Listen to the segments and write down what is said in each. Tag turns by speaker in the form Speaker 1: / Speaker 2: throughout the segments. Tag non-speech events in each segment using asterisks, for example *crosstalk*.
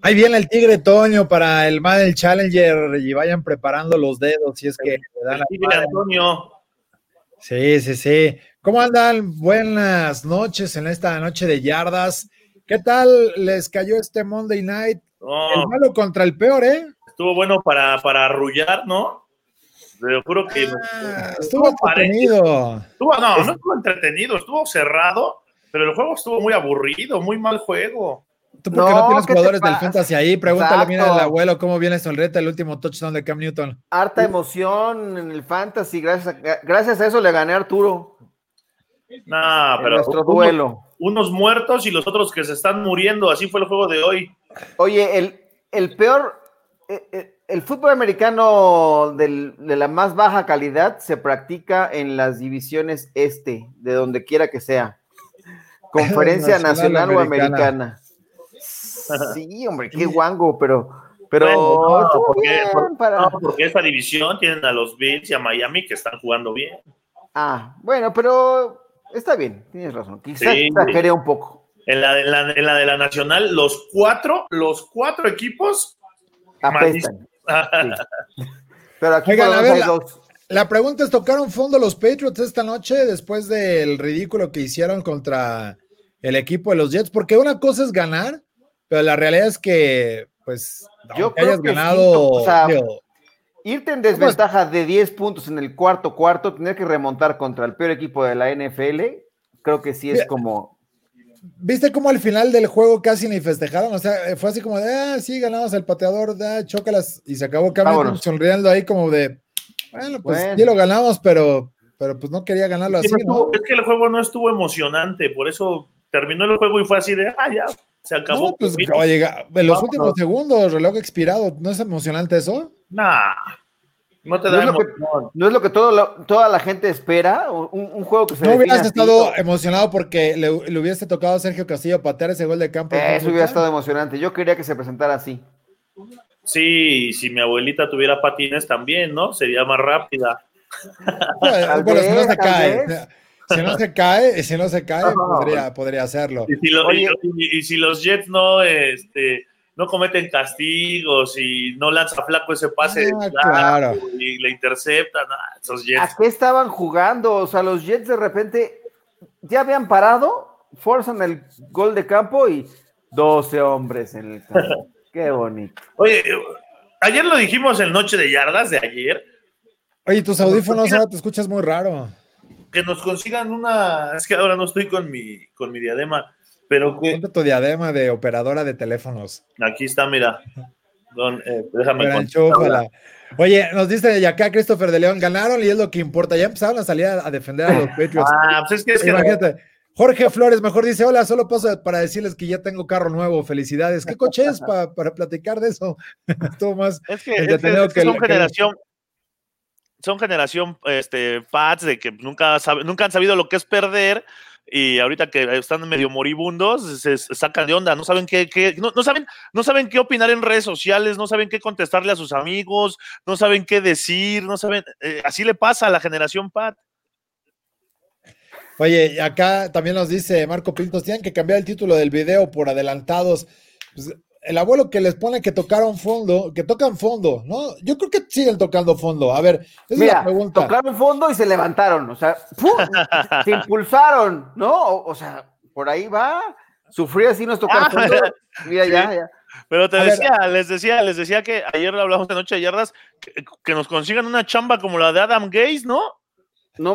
Speaker 1: Ahí viene el Tigre Toño para el Madel Challenger y vayan preparando los dedos si es que le dan
Speaker 2: El Tigre
Speaker 1: madre.
Speaker 2: Antonio.
Speaker 1: Sí, sí, sí. ¿Cómo andan? Buenas noches en esta noche de yardas. ¿Qué tal les cayó este Monday Night?
Speaker 2: No,
Speaker 1: El malo contra el peor, ¿eh?
Speaker 2: estuvo bueno para, para arrullar, ¿no? Te lo juro que
Speaker 1: Ah, estuvo entretenido.
Speaker 2: estuvo, no, no estuvo entretenido, estuvo cerrado, pero el juego estuvo muy aburrido, muy mal juego.
Speaker 1: Tú porque no,
Speaker 3: No,
Speaker 1: tienes
Speaker 3: ¿qué te
Speaker 1: jugadores del
Speaker 3: pasa?
Speaker 1: fantasy ahí, pregúntale
Speaker 3: Exacto.
Speaker 1: bien al abuelo cómo viene sonreta el último touchdown de Cam Newton.
Speaker 3: Harta emoción en el fantasy. Gracias a, gracias a eso le gané a Arturo
Speaker 2: Nah,
Speaker 3: en
Speaker 2: Ah, pero
Speaker 3: nuestro
Speaker 2: unos-
Speaker 3: duelo.
Speaker 2: unos muertos y los otros que se están muriendo, así fue el juego de hoy.
Speaker 3: Oye, el, el peor, eh, eh, el fútbol americano del- de la más baja calidad se practica en las divisiones este, de donde quiera que sea. Conferencia
Speaker 1: Nacional
Speaker 3: nacional,
Speaker 1: o
Speaker 3: o americana. Sí, hombre, qué guango, pero, pero
Speaker 2: Bueno, no,
Speaker 3: estuvo
Speaker 2: porque-
Speaker 3: bien
Speaker 2: porque-
Speaker 3: para-
Speaker 2: No, porque esta división tienen a los Bills y a Miami que están jugando bien.
Speaker 3: Ah, bueno, pero está bien, tienes razón. Quizás
Speaker 2: Sí.
Speaker 3: exageré un poco.
Speaker 2: En la, en la- en la de la Nacional, los cuatro, los cuatro equipos.
Speaker 3: Apestan. Sí. Pero aquí
Speaker 1: Oigan,
Speaker 3: por lo
Speaker 1: a
Speaker 3: menos
Speaker 1: ver,
Speaker 3: hay
Speaker 1: la-
Speaker 3: dos.
Speaker 1: La pregunta es, ¿tocaron fondo los Patriots esta noche después del ridículo que hicieron contra el equipo de los Jets? Porque una cosa es ganar, pero la realidad es que, pues,
Speaker 3: Yo
Speaker 1: aunque
Speaker 3: creo
Speaker 1: hayas
Speaker 3: que
Speaker 1: ganado,
Speaker 3: sí, o sea,
Speaker 1: digo,
Speaker 3: Irte en desventaja de 10 puntos en el cuarto cuarto, tener que remontar contra el peor equipo de la NFL, creo que sí es
Speaker 1: Mira.
Speaker 3: como.
Speaker 1: ¿viste cómo al final del juego casi ni festejaron? O sea, fue así como de, ah, sí, ganamos al pateador, da, chócalas, y se acabó Cam Newton
Speaker 3: Vámonos.
Speaker 1: sonriendo ahí como de, bueno, pues
Speaker 3: Bueno.
Speaker 1: sí lo ganamos, pero, pero pues no quería ganarlo así,
Speaker 2: Es que no
Speaker 1: ¿no?
Speaker 2: estuvo- Es que el juego no estuvo emocionante, por eso terminó el juego y fue así de, ah, ya, se acabó.
Speaker 1: No, pues, oye, ga- en los
Speaker 3: Vámonos.
Speaker 1: últimos segundos, reloj expirado, ¿no es emocionante eso?
Speaker 2: Nah, no te
Speaker 3: No
Speaker 2: da
Speaker 3: es, lo que,
Speaker 2: emoción.
Speaker 3: no es lo que todo lo- toda la gente espera, o un, un juego que se
Speaker 1: No
Speaker 3: define
Speaker 1: hubieras
Speaker 3: así,
Speaker 1: estado
Speaker 3: o-
Speaker 1: emocionado porque le, le hubiese tocado a Sergio Castillo patear ese gol de campo.
Speaker 3: Eso hubiera estado emocionante. Yo quería que se presentara así.
Speaker 2: Sí, y si mi abuelita tuviera patines también, ¿no? Sería más rápida.
Speaker 1: Bueno,
Speaker 3: Tal
Speaker 1: bueno, si no
Speaker 3: vez,
Speaker 1: se
Speaker 3: tal
Speaker 1: cae. eh,
Speaker 3: vez.
Speaker 1: Si no se cae, si no se cae,
Speaker 3: No.
Speaker 1: podría, podría hacerlo.
Speaker 2: Y si, lo-
Speaker 3: Oye.
Speaker 2: y- y si los Jets no, este, no cometen castigos y no lanza flaco ese pase
Speaker 1: Ah,
Speaker 2: largo
Speaker 1: claro.
Speaker 2: y le interceptan, ah, esos Jets.
Speaker 3: ¿A qué estaban jugando? O sea, los Jets de repente ya habían parado, forzan el gol de campo y 12 hombres en el campo. Qué bonito.
Speaker 2: Oye, ayer lo dijimos en Noche de Yardas de ayer,
Speaker 1: Oye, tus audífonos ahora te escuchas muy raro.
Speaker 2: que nos consigan una. Es que ahora no estoy con mi, con mi diadema, pero que
Speaker 1: Ponte tu diadema de operadora de teléfonos.
Speaker 2: aquí está, mira. Don, eh, déjame
Speaker 1: Gran
Speaker 2: contestar.
Speaker 1: chúfala. Oye, nos dice de acá Christopher de León, ganaron y es lo que importa. Ya empezaron a salir a, a defender a los Patriots.
Speaker 2: Ah, pues es que es que
Speaker 1: Imagínate. Jorge Flores mejor dice, hola, solo paso para decirles que ya tengo carro nuevo, felicidades. ¿Qué coche es
Speaker 3: *laughs*
Speaker 1: pa- para platicar de eso? *laughs* Estuvo más.
Speaker 2: Es que,
Speaker 1: El
Speaker 2: es que-
Speaker 1: detenido
Speaker 2: es que
Speaker 1: que
Speaker 2: son
Speaker 1: le- que-
Speaker 2: generación, son generación, este, Pats de que nunca, sabe- nunca han sabido lo que es perder y ahorita que están medio moribundos se se sacan de onda, no saben qué, qué- no, no saben, no saben qué opinar en redes sociales, no saben qué contestarle a sus amigos, no saben qué decir, no saben, eh, así le pasa a la generación Pat.
Speaker 1: Oye, y acá también nos dice Marco Pintos, tienen que cambiar el título del video por adelantados. Pues, el abuelo que les pone que tocaron fondo, que tocan fondo, ¿no? Yo creo que siguen tocando fondo. A ver, esa es la
Speaker 3: Mira,
Speaker 1: pregunta.
Speaker 3: tocaron fondo y se levantaron, o sea, ¡pum!
Speaker 2: *laughs*
Speaker 3: se impulsaron, ¿no? O, o sea, por ahí va, sufrir así no es tocar
Speaker 2: Ah,
Speaker 3: fondo. Mira, ya, ya.
Speaker 2: Pero te
Speaker 1: A ver.
Speaker 2: decía, les decía, les decía que ayer lo hablamos de Noche de Yardas, que, que nos consigan una chamba como la de Adam Gaze, ¿no?
Speaker 3: No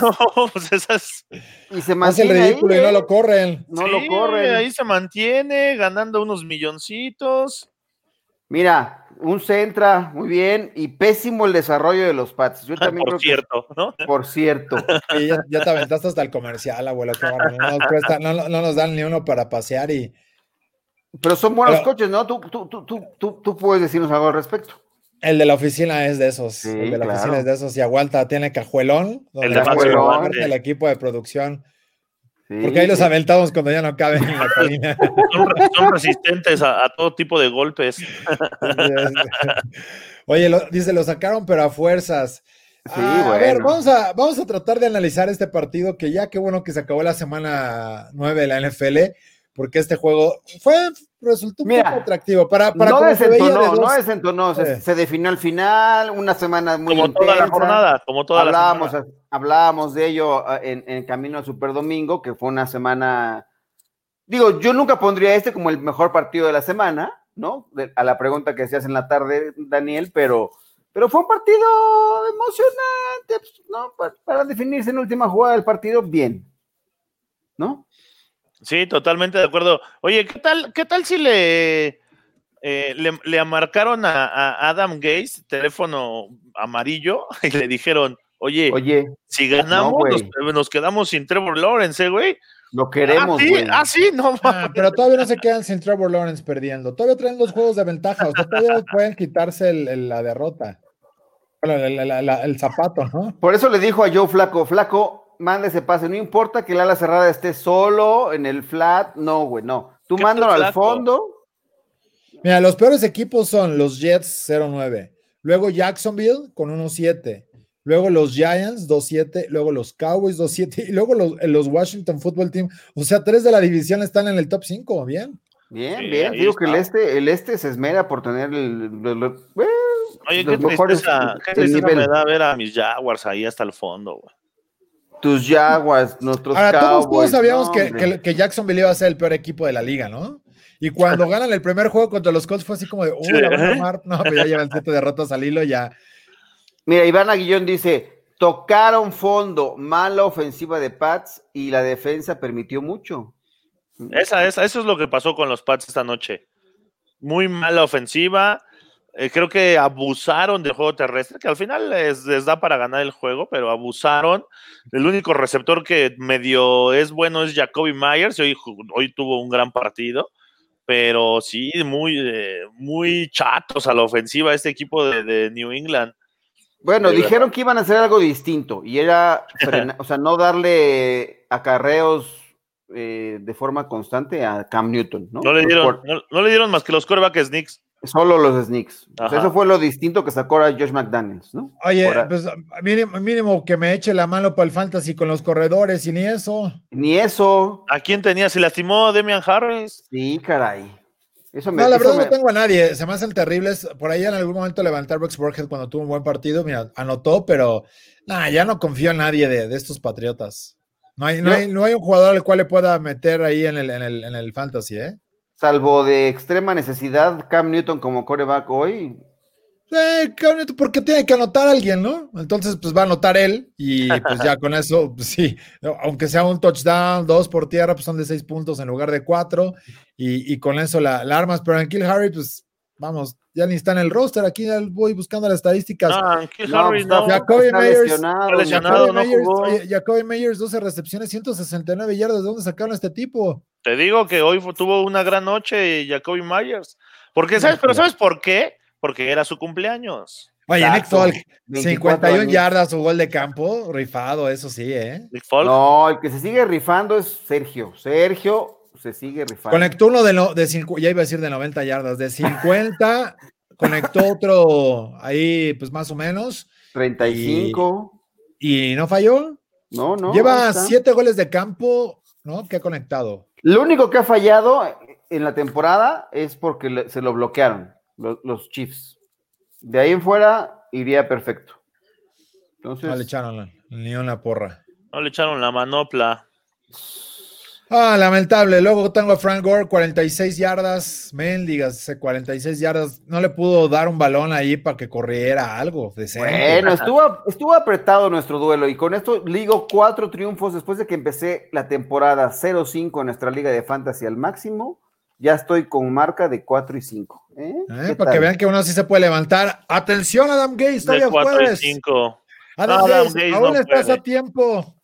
Speaker 2: *laughs* No, pues esas
Speaker 3: y se
Speaker 1: Hace el
Speaker 3: mantiene ahí,
Speaker 1: ridículo y no
Speaker 3: ¿eh?
Speaker 1: lo corren.
Speaker 3: No
Speaker 2: Sí,
Speaker 3: lo corren.
Speaker 2: Ahí se mantiene, ganando unos milloncitos.
Speaker 3: Mira, un centra, muy bien, y pésimo el desarrollo de los Pats. Yo también creo
Speaker 2: Por cierto, ¿no?
Speaker 3: que por cierto.
Speaker 1: Y ya, ya te aventaste hasta el comercial, abuelo. qué bárbaro. No, nos presta- no- no- no nos dan ni uno para pasear y.
Speaker 3: Pero son buenos
Speaker 1: Pero-
Speaker 3: coches, ¿no? Tú, tú, tú, tú, tú, tú puedes decirnos algo al respecto.
Speaker 1: El de la oficina es de esos.
Speaker 3: Sí,
Speaker 1: el de la
Speaker 3: claro.
Speaker 1: oficina es de esos y aguanta, tiene cajuelón. donde
Speaker 2: El
Speaker 3: de
Speaker 1: la gente
Speaker 3: Cajuelón,
Speaker 1: forma parte
Speaker 2: sí.
Speaker 1: del equipo de producción.
Speaker 3: Sí,
Speaker 1: Porque ahí los
Speaker 3: sí.
Speaker 1: aventamos cuando ya no caben en la
Speaker 3: *laughs*
Speaker 1: cabina. *laughs*
Speaker 2: Son, re- son resistentes a, a todo tipo de golpes.
Speaker 1: Oye, lo- dice, lo sacaron, pero a fuerzas.
Speaker 3: Sí,
Speaker 1: Ah, A ver,
Speaker 3: bueno.
Speaker 1: vamos a, vamos a tratar de analizar este partido que ya qué bueno que se acabó la semana 9 de la NFL, porque este juego fue resultó un
Speaker 3: Mira,
Speaker 1: poco atractivo. Para, Ah, para
Speaker 3: no
Speaker 1: cómo se veía
Speaker 3: desentonó,
Speaker 1: de dos-
Speaker 3: no desentonó, se,
Speaker 1: Sí.
Speaker 3: se definió al final, una semana muy
Speaker 2: como toda la
Speaker 3: intensa.
Speaker 2: jornada, como toda la
Speaker 3: hablábamos,
Speaker 2: jornada.
Speaker 3: hablábamos de ello ah, en, en camino al Super Domingo, que fue una semana. Digo, yo nunca pondría este como el mejor partido de la semana, ¿no? De- a la pregunta que hacías en la tarde, Daniel, pero, pero fue un partido emocionante, pues, ¿no? Pa- Para, definirse en última jugada del partido, bien, ¿no?
Speaker 2: Sí, totalmente de acuerdo. Oye, ¿qué tal, qué tal si le, eh, le, le marcaron a, a Adam Gates teléfono amarillo *laughs* y le dijeron, oye,
Speaker 3: Oye,
Speaker 2: si ganamos
Speaker 3: no, güey.
Speaker 2: nos, nos quedamos sin Trevor Lawrence, eh, güey?
Speaker 3: lo queremos,
Speaker 2: ah, sí,
Speaker 3: güey.
Speaker 2: ah, sí, no
Speaker 1: Ah, pero todavía no se quedan sin Trevor Lawrence perdiendo. Todavía traen dos juegos de ventaja. O sea, todavía pueden quitarse el- el- la derrota. Bueno, la- la- la- la- el zapato, ¿no?
Speaker 3: Por eso le dijo a Joe Flaco, Flaco, manda ese pase, no importa que el ala cerrada esté solo en el flat, no, güey, no. Tú
Speaker 2: ¿Qué
Speaker 3: mándalo
Speaker 2: tal
Speaker 3: al
Speaker 2: Flacco?
Speaker 3: fondo,
Speaker 1: Mira, los peores equipos son los Jets 0-9, luego Jacksonville con 1-7, luego los Giants 2-7, luego los Cowboys 2-7 y luego los, eh, los Washington Football Team. O sea, tres de la división están en el top 5, bien.
Speaker 3: bien,
Speaker 2: Sí,
Speaker 3: bien.
Speaker 2: ahí
Speaker 3: Digo que el
Speaker 2: está.
Speaker 3: este, el este se esmera por tener el, el- el- eh,
Speaker 2: Oye, qué
Speaker 3: los mejores
Speaker 2: tristeza, qué
Speaker 3: del
Speaker 2: tristeza
Speaker 3: nivel.
Speaker 2: me da ver a mis Jaguars ahí hasta el fondo, güey.
Speaker 3: tus Jaguars, nuestros
Speaker 1: Ahora, todos, todos
Speaker 3: Cowboys,
Speaker 1: sabíamos
Speaker 3: no,
Speaker 1: que,
Speaker 3: hombre.
Speaker 1: que, que Jacksonville iba a ser el peor equipo de la liga, ¿no? Y
Speaker 3: *laughs*
Speaker 1: cuando ganan el primer juego contra los Colts fue así como de, uy, la van a armar". No, pero ya llevan siete derrotas al hilo, ya.
Speaker 3: Mira, Iván Aguillón dice, tocaron fondo, mala ofensiva de Pats y la defensa permitió mucho.
Speaker 2: Esa, esa, eso es lo que pasó con los Pats esta noche. Muy mala ofensiva. eh, creo que abusaron del juego terrestre, que al final les, les da para ganar el juego, pero abusaron. El único receptor que medio es bueno es Jacoby Myers. y Hoy, ju- hoy tuvo un gran partido. Pero sí, muy, eh, muy chatos a la ofensiva este equipo de, de New England.
Speaker 3: Bueno,
Speaker 2: Sí,
Speaker 3: dijeron que iban a hacer algo distinto y era, frena- o sea, no darle acarreos eh, de forma constante a Cam Newton, ¿no?
Speaker 2: No le
Speaker 3: Los
Speaker 2: dieron,
Speaker 3: cor-
Speaker 2: no, no le dieron más que los corebacks Knicks.
Speaker 3: Solo los sneaks. O sea,
Speaker 2: Ajá.
Speaker 3: eso fue lo distinto que sacó a Josh McDaniels, ¿no?
Speaker 1: Oye,
Speaker 3: Ahora,
Speaker 1: pues mínimo, mínimo que me eche la mano para el fantasy con los corredores y ni eso.
Speaker 3: Ni eso.
Speaker 2: ¿A quién tenía? ¿Se lastimó Demian Harris?
Speaker 3: Sí, caray. Eso me.
Speaker 1: No, la
Speaker 3: eso
Speaker 1: verdad
Speaker 3: me-
Speaker 1: no tengo a nadie. Se me hacen terribles. Por ahí en algún momento levantar Rex Burkhead cuando tuvo un buen partido. Mira, anotó, pero nah, ya no confío en nadie de, de estos patriotas. No hay, no,
Speaker 3: Yo-
Speaker 1: hay, no hay un jugador al cual le pueda meter ahí en el, en el, en el fantasy, ¿eh?
Speaker 3: Salvo de extrema necesidad, Cam Newton como coreback hoy.
Speaker 1: Eh, Cam Newton, porque tiene que anotar a alguien, ¿no? Entonces, pues va a anotar él y pues ya con eso, *laughs* pues, sí, aunque sea un touchdown, dos por tierra, pues son de seis puntos en lugar de cuatro y, y con eso la, la armas. Pero en Kill Harry, pues vamos, ya ni está en el roster, aquí ya voy buscando las estadísticas.
Speaker 2: No, Kill
Speaker 3: No,
Speaker 2: Ah,
Speaker 3: pues,
Speaker 2: Harris
Speaker 3: está-
Speaker 2: no.
Speaker 1: Jacoby
Speaker 3: está
Speaker 1: Meyers-
Speaker 3: lesionado,
Speaker 2: está
Speaker 3: ¿no?
Speaker 2: lesionado.
Speaker 1: Jacoby
Speaker 2: no
Speaker 1: Meyers,
Speaker 2: jugó.
Speaker 1: oye, Jacoby Meyers, 12 recepciones, 169 yardas, ¿de dónde sacaron a este tipo?
Speaker 2: Te digo que hoy fu- tuvo una gran noche Jacoby Myers. Porque, ¿sabes? Pero ¿sabes por qué? Porque era su cumpleaños.
Speaker 1: Oye, Nick
Speaker 3: Exacto,
Speaker 1: Folk,
Speaker 3: 24
Speaker 1: 51
Speaker 3: años.
Speaker 1: yardas, su gol de campo, rifado, eso sí, ¿eh?
Speaker 2: Nick Folk.
Speaker 3: No, el que se sigue rifando es Sergio. Sergio se sigue rifando.
Speaker 1: Conectó uno de, no, de cincu- ya iba a decir de 90 yardas, de
Speaker 3: *laughs*
Speaker 1: 50, conectó otro ahí, pues más o menos,
Speaker 3: 35.
Speaker 1: y no falló.
Speaker 3: No, no. ahí
Speaker 1: Lleva
Speaker 3: está.
Speaker 1: siete goles de campo, ¿no? Que ha conectado.
Speaker 3: Lo único que ha fallado en la temporada es porque le- se lo bloquearon lo- los Chiefs. De ahí en fuera iría perfecto. Entonces,
Speaker 1: No le echaron la- ni una porra.
Speaker 2: No le echaron la manopla.
Speaker 1: Ah, lamentable. Luego tengo a Frank Gore, 46 yardas. Mendigas, ese 46 yardas. No le pudo dar un balón ahí para que corriera algo. decente. ¿eh?
Speaker 3: bueno, estuvo, estuvo apretado nuestro duelo y con esto ligo cuatro triunfos después de que empecé la temporada 0-5 en nuestra liga de fantasy al máximo. Ya estoy con marca de 4 y 5. ¿eh?
Speaker 1: Eh,
Speaker 3: ¿Qué
Speaker 1: Para que
Speaker 3: tal?
Speaker 1: vean que uno sí se puede levantar. Atención, Adam Gates,
Speaker 2: De
Speaker 1: todavía
Speaker 2: 4 y
Speaker 1: jueves.
Speaker 2: 5.
Speaker 1: Adam,
Speaker 2: No, Adam
Speaker 1: Gaze,
Speaker 2: Gaze
Speaker 1: aún
Speaker 2: no
Speaker 1: estás
Speaker 2: puede.
Speaker 1: a tiempo.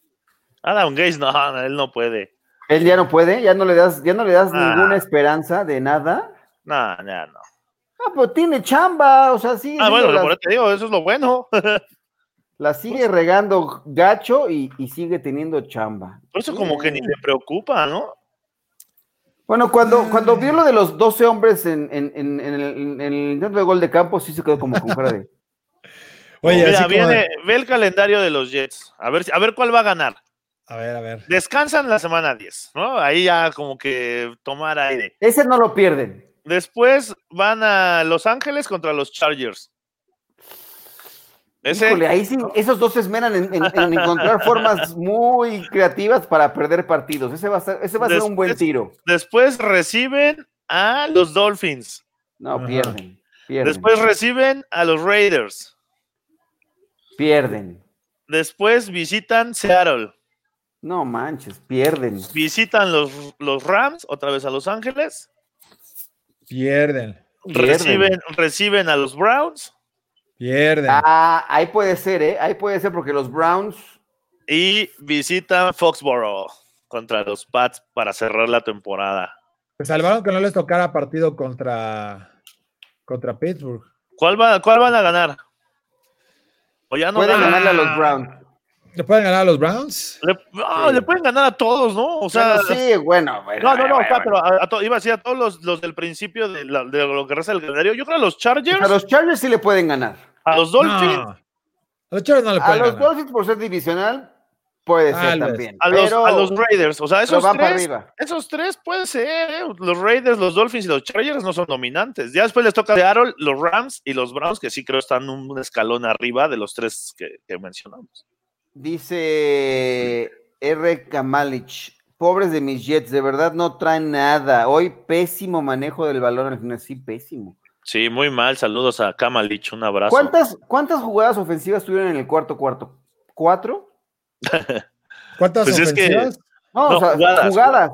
Speaker 2: Adam Gates, no, no, él no puede.
Speaker 3: Él ya no puede, ya no le das, ya no le das
Speaker 2: Ah.
Speaker 3: ninguna esperanza de nada.
Speaker 2: No, no, no.
Speaker 3: Ah, pero tiene chamba, o sea, sí.
Speaker 2: Ah, bueno, por eso te digo, eso es lo bueno. *laughs* Por
Speaker 3: La sigue regando gacho y, y sigue teniendo chamba.
Speaker 2: eso como que ni le preocupa, ¿no?
Speaker 3: Bueno, cuando, cuando vio lo de los 12 hombres en, en- en- en el, en el intento de gol de campo, sí se quedó como con
Speaker 2: *laughs*
Speaker 3: fuera de...
Speaker 1: Oye,
Speaker 2: Mira,
Speaker 1: así como de-
Speaker 2: viene, ve el calendario de los Jets. A ver, si- a ver cuál va a ganar.
Speaker 1: A ver, a ver.
Speaker 2: Descansan la semana 10, ¿no? Ahí ya como que tomar aire.
Speaker 3: Ese no lo pierden.
Speaker 2: Después van a Los Ángeles contra los Chargers. Ese,
Speaker 3: Híjole, ahí sí, esos dos se esmeran en, en- en encontrar formas muy creativas para perder partidos. Ese va a ser, ese va a ser un buen
Speaker 2: Después-
Speaker 3: tiro.
Speaker 2: después reciben a los Dolphins.
Speaker 3: No,
Speaker 1: Ajá.
Speaker 3: pierden. Pierden.
Speaker 2: Después reciben a los Raiders.
Speaker 3: pierden.
Speaker 2: Después visitan Seattle.
Speaker 3: No manches, pierden.
Speaker 2: Visitan los, los Rams, otra vez a Los Ángeles.
Speaker 1: Pierden,
Speaker 3: Pierden.
Speaker 2: Reciben, reciben a los Browns.
Speaker 1: pierden.
Speaker 3: Ah, ahí puede ser, ¿eh? Ahí puede ser porque los Browns.
Speaker 2: Y visitan Foxborough contra los Pats para cerrar la temporada.
Speaker 1: Se Pues salvaron que no les tocara partido contra, contra Pittsburgh.
Speaker 2: ¿Cuál, va, ¿Cuál van a ganar? ¿O ya no
Speaker 3: pueden
Speaker 2: ganan?
Speaker 3: ganarle a los Browns.
Speaker 1: ¿Le pueden ganar a los Browns?
Speaker 2: Le, ah,
Speaker 3: Sí.
Speaker 2: le pueden ganar a todos, ¿no? O
Speaker 3: O sea,
Speaker 2: sea,
Speaker 3: sí, bueno, bueno,
Speaker 2: no, no, no,
Speaker 3: bueno,
Speaker 2: o sea,
Speaker 3: bueno.
Speaker 2: pero a- a to- iba a decir a todos los, los del principio de, la- de lo que resta del calendario. Yo creo a los Chargers,
Speaker 3: A los Chargers sí le pueden ganar.
Speaker 2: a los Dolphins,
Speaker 1: No. A los Chargers no le
Speaker 3: A
Speaker 1: pueden
Speaker 3: los
Speaker 1: ganar.
Speaker 3: Dolphins por ser divisional puede ser
Speaker 1: Tal vez.
Speaker 3: también.
Speaker 2: Ah, a, los,
Speaker 3: pero-
Speaker 2: a los Raiders. O sea,
Speaker 3: pero
Speaker 2: esos
Speaker 3: van para
Speaker 2: tres,
Speaker 3: arriba.
Speaker 2: esos tres puede ser. ¿eh? Los Raiders, los Dolphins y los Chargers no son dominantes. Ya después les toca de Harold, los Rams y los Browns, que sí creo están un escalón arriba de los tres que, que mencionamos.
Speaker 3: Dice R. Kamalich. Pobres de mis Jets, de verdad no traen nada. Hoy pésimo manejo del balón al final, sí, pésimo.
Speaker 2: Sí, muy mal. Saludos a Kamalich, un abrazo.
Speaker 3: ¿Cuántas, ¿Cuántas jugadas ofensivas tuvieron en el cuarto cuarto? ¿Cuatro?
Speaker 1: ¿Cuántas
Speaker 2: Pues es que-
Speaker 1: ofensivas?
Speaker 3: No,
Speaker 2: No,
Speaker 3: o sea,
Speaker 2: jugadas,
Speaker 3: jugadas.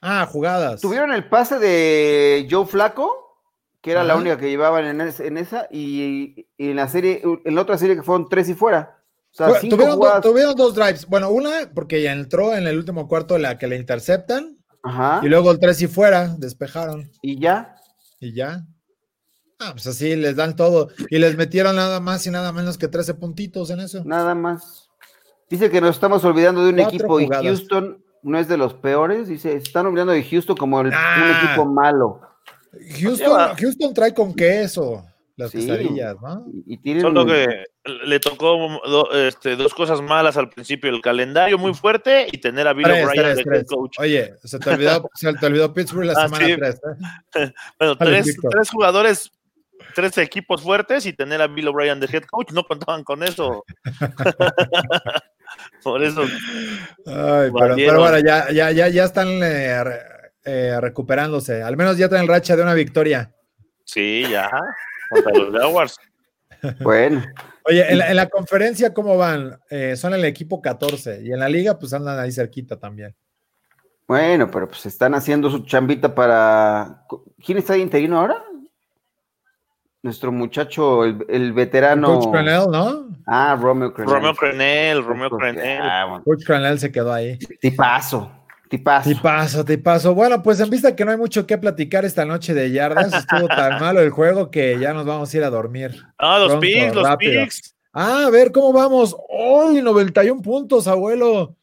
Speaker 1: Ah, jugadas.
Speaker 3: Tuvieron el pase de Joe Flaco, que era la
Speaker 1: Ajá.
Speaker 3: única que llevaban en, es- en esa, y, y en la serie, en la otra serie que fueron tres y fuera. O sea,
Speaker 1: Fue-
Speaker 3: cinco
Speaker 1: tuvieron, do-
Speaker 3: jugadas.
Speaker 1: tuvieron dos drives. Bueno, una porque ya entró en el último cuarto la que le interceptan.
Speaker 3: Ajá,
Speaker 1: Y luego el tres y fuera, despejaron.
Speaker 3: y ya.
Speaker 1: Y ya. Ah, pues así les dan todo. Y les metieron nada más y nada menos que 13 puntitos en eso.
Speaker 3: Nada más. Dice que nos estamos olvidando de un
Speaker 1: Cuatro
Speaker 3: equipo
Speaker 1: jugadas.
Speaker 3: y Houston no es de los peores. Dice, se están olvidando de Houston como el-
Speaker 1: Ah.
Speaker 3: un equipo malo.
Speaker 1: Houston, Houston trae con queso las
Speaker 3: Sí.
Speaker 1: quesadillas, ¿no?
Speaker 3: Y, y tienen-
Speaker 2: Solo que le tocó do- este, dos cosas malas al principio: el calendario muy fuerte y tener a Bill
Speaker 1: Tres,
Speaker 2: O'Brien
Speaker 1: tres,
Speaker 2: de
Speaker 1: tres.
Speaker 2: head coach.
Speaker 1: Oye, se te
Speaker 2: *laughs*
Speaker 1: olvidó, se te olvidó Pittsburgh la
Speaker 2: Ah,
Speaker 1: semana ¿eh?
Speaker 2: sí.
Speaker 1: 3.
Speaker 2: Bueno,
Speaker 1: Dale,
Speaker 2: tres,
Speaker 1: Víctor.
Speaker 2: tres jugadores, tres equipos fuertes y tener a Bill O'Brien de head coach. No contaban con eso. *laughs* Por eso,
Speaker 1: Ay, pero,
Speaker 2: Valieron.
Speaker 1: pero bueno, ya, ya, ya, ya están eh, re- eh, recuperándose. Al menos ya traen racha de una victoria.
Speaker 2: sí, ya. Contra los
Speaker 3: *laughs*
Speaker 2: Jaguars.
Speaker 3: Bueno,
Speaker 1: Oye, en la, en la conferencia, ¿cómo van? Eh, son el equipo 14 y en la liga, pues andan ahí cerquita también.
Speaker 3: bueno, pero pues están haciendo su chambita para. ¿Quién está de interino ahora? Nuestro muchacho, el, el veterano.
Speaker 1: Coach Cronell, ¿no?
Speaker 3: Ah, Romeo Crenel.
Speaker 2: Romeo Crenel, Romeo Crenel.
Speaker 3: Ah, bueno.
Speaker 1: Coach Cronell se quedó ahí.
Speaker 3: Tipazo, tipazo.
Speaker 1: Tipazo, tipazo. Bueno, pues en vista que no hay mucho que platicar esta noche de yardas, estuvo tan malo el juego que ya nos vamos a ir a dormir.
Speaker 2: Ah, los
Speaker 1: Pronto,
Speaker 2: Pigs, los
Speaker 1: rápido.
Speaker 2: Pigs.
Speaker 1: Ah, a ver, ¿cómo vamos? ¡Hoy 91 puntos, abuelo!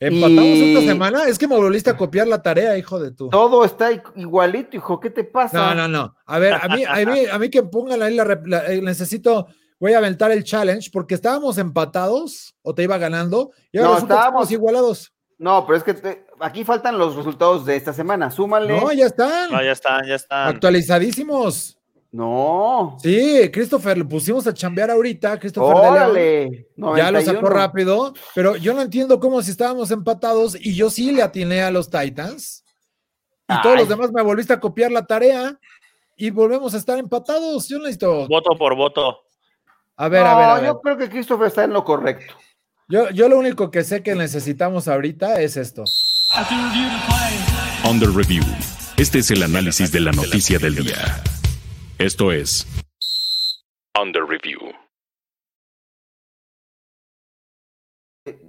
Speaker 1: ¿Empatamos
Speaker 3: Y-
Speaker 1: esta semana? Es que me volviste a copiar la tarea, hijo de tu.
Speaker 3: Todo está i- igualito, hijo. ¿Qué te pasa?
Speaker 1: No, no, no. A ver, a mí, a mí, a mí que pongan ahí la, rep- la- eh, necesito, voy a aventar el challenge porque estábamos empatados o te iba ganando y ahora
Speaker 3: No,
Speaker 1: resulta que
Speaker 3: estábamos-
Speaker 1: estamos igualados.
Speaker 3: No, pero es que te- aquí faltan los resultados de esta semana. Súmale.
Speaker 1: No, ya están
Speaker 2: No, ya están, ya están.
Speaker 1: actualizadísimos.
Speaker 3: No.
Speaker 1: Sí, Christopher, lo pusimos a chambear ahorita, Christopher de León.
Speaker 3: Órale.
Speaker 1: Ya lo sacó
Speaker 3: 91.
Speaker 1: rápido, pero yo no entiendo cómo si estábamos empatados y yo sí le atiné a los Titans. Y todos
Speaker 3: Ay.
Speaker 1: los demás me volviste a copiar la tarea y volvemos a estar empatados. Yo necesito.
Speaker 2: Voto por voto.
Speaker 1: A ver,
Speaker 3: no,
Speaker 1: a ver, a ver.
Speaker 3: yo creo que Christopher está en lo correcto.
Speaker 1: Yo, yo lo único que sé que necesitamos ahorita es esto.
Speaker 4: Under Review. Este es el análisis de la noticia del día. Esto es Under Review.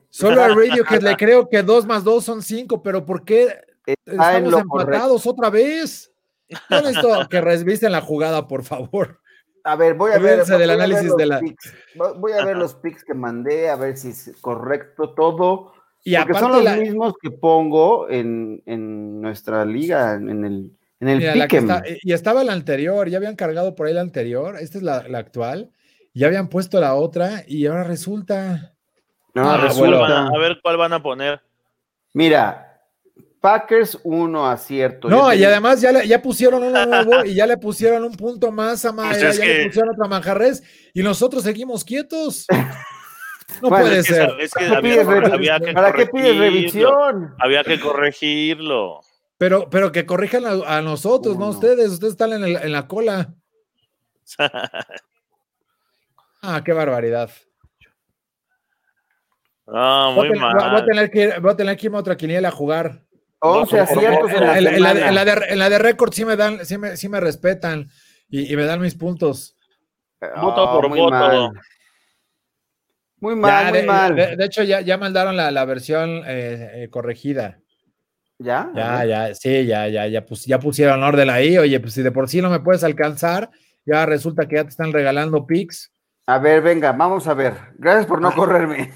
Speaker 1: Solo a
Speaker 3: *laughs*
Speaker 1: Radiohead le creo que 2 más 2 son 5, pero ¿por qué
Speaker 3: Está en
Speaker 1: estamos
Speaker 3: lo correcto.
Speaker 1: empatados otra vez? Yo necesito
Speaker 3: *laughs*
Speaker 1: que revisen la jugada, por favor.
Speaker 3: A ver, voy a ver.
Speaker 1: Olvídense del
Speaker 3: voy a ver
Speaker 1: análisis
Speaker 3: los
Speaker 1: de la-
Speaker 3: picks. Vo- Voy a ver los picks que mandé, a ver si es correcto todo.
Speaker 1: Y
Speaker 3: porque
Speaker 1: aparte,
Speaker 3: son los
Speaker 1: la-
Speaker 3: mismos que pongo en, en nuestra liga, en el, en el
Speaker 1: Mira, la que
Speaker 3: Pick'em.
Speaker 1: está- eh, y estaba la anterior, ya habían cargado por ahí la anterior, esta es la, la actual, ya habían puesto la otra y ahora resulta,
Speaker 3: No,
Speaker 1: Ah,
Speaker 2: ¿Cuál
Speaker 1: bueno.
Speaker 3: resulta.
Speaker 2: van a- a ver cuál van a poner.
Speaker 3: Mira, Packers uno acierto. Yo
Speaker 1: No, y
Speaker 3: tenía-
Speaker 1: además ya, le- ya pusieron
Speaker 2: *laughs*
Speaker 1: uno nuevo y ya le pusieron un punto más a Maya,
Speaker 2: Pues es
Speaker 1: ya
Speaker 2: que-
Speaker 1: le pusieron otra manjarres y nosotros seguimos
Speaker 3: *laughs*
Speaker 1: quietos. No
Speaker 3: Bueno,
Speaker 1: puede
Speaker 2: Es que
Speaker 1: ser.
Speaker 2: esa- es que
Speaker 3: ¿Para qué pides
Speaker 2: había,
Speaker 1: revi-
Speaker 2: había que
Speaker 3: ¿Para qué pides
Speaker 2: corregirlo,
Speaker 3: revisión?
Speaker 2: Había que corregirlo.
Speaker 1: Pero, pero que corrijan a, a nosotros, no a
Speaker 3: Uno.
Speaker 1: ustedes, ustedes están en, el- en la
Speaker 2: *laughs*
Speaker 1: cola. Ah, qué barbaridad.
Speaker 2: No,
Speaker 1: Voy a
Speaker 2: muy
Speaker 1: tener- voy a- voy a
Speaker 2: mal.
Speaker 1: tener que ir- voy a tener que irme a otra quiniela a jugar.
Speaker 3: 11
Speaker 2: No, por
Speaker 3: aciertos en la
Speaker 1: En, la- en la, de- en
Speaker 3: semana.
Speaker 1: la de, en la de récord sí me dan, sí me, sí me respetan y, y me dan mis puntos.
Speaker 2: Voto
Speaker 3: Ah,
Speaker 2: por
Speaker 3: muy
Speaker 2: voto.
Speaker 3: mal. Muy mal,
Speaker 1: Ya,
Speaker 3: muy
Speaker 1: de,
Speaker 3: mal.
Speaker 1: de- de hecho, ya, ya mandaron la, la versión eh, eh, corregida.
Speaker 3: ¿Ya?
Speaker 1: Ya, ya, sí, ya, ya, ya, pus- ya pusieron orden ahí. Oye, pues si de por sí no me puedes alcanzar, ya resulta que ya te están regalando pics.
Speaker 3: A ver, venga, vamos a ver. Gracias por no correrme.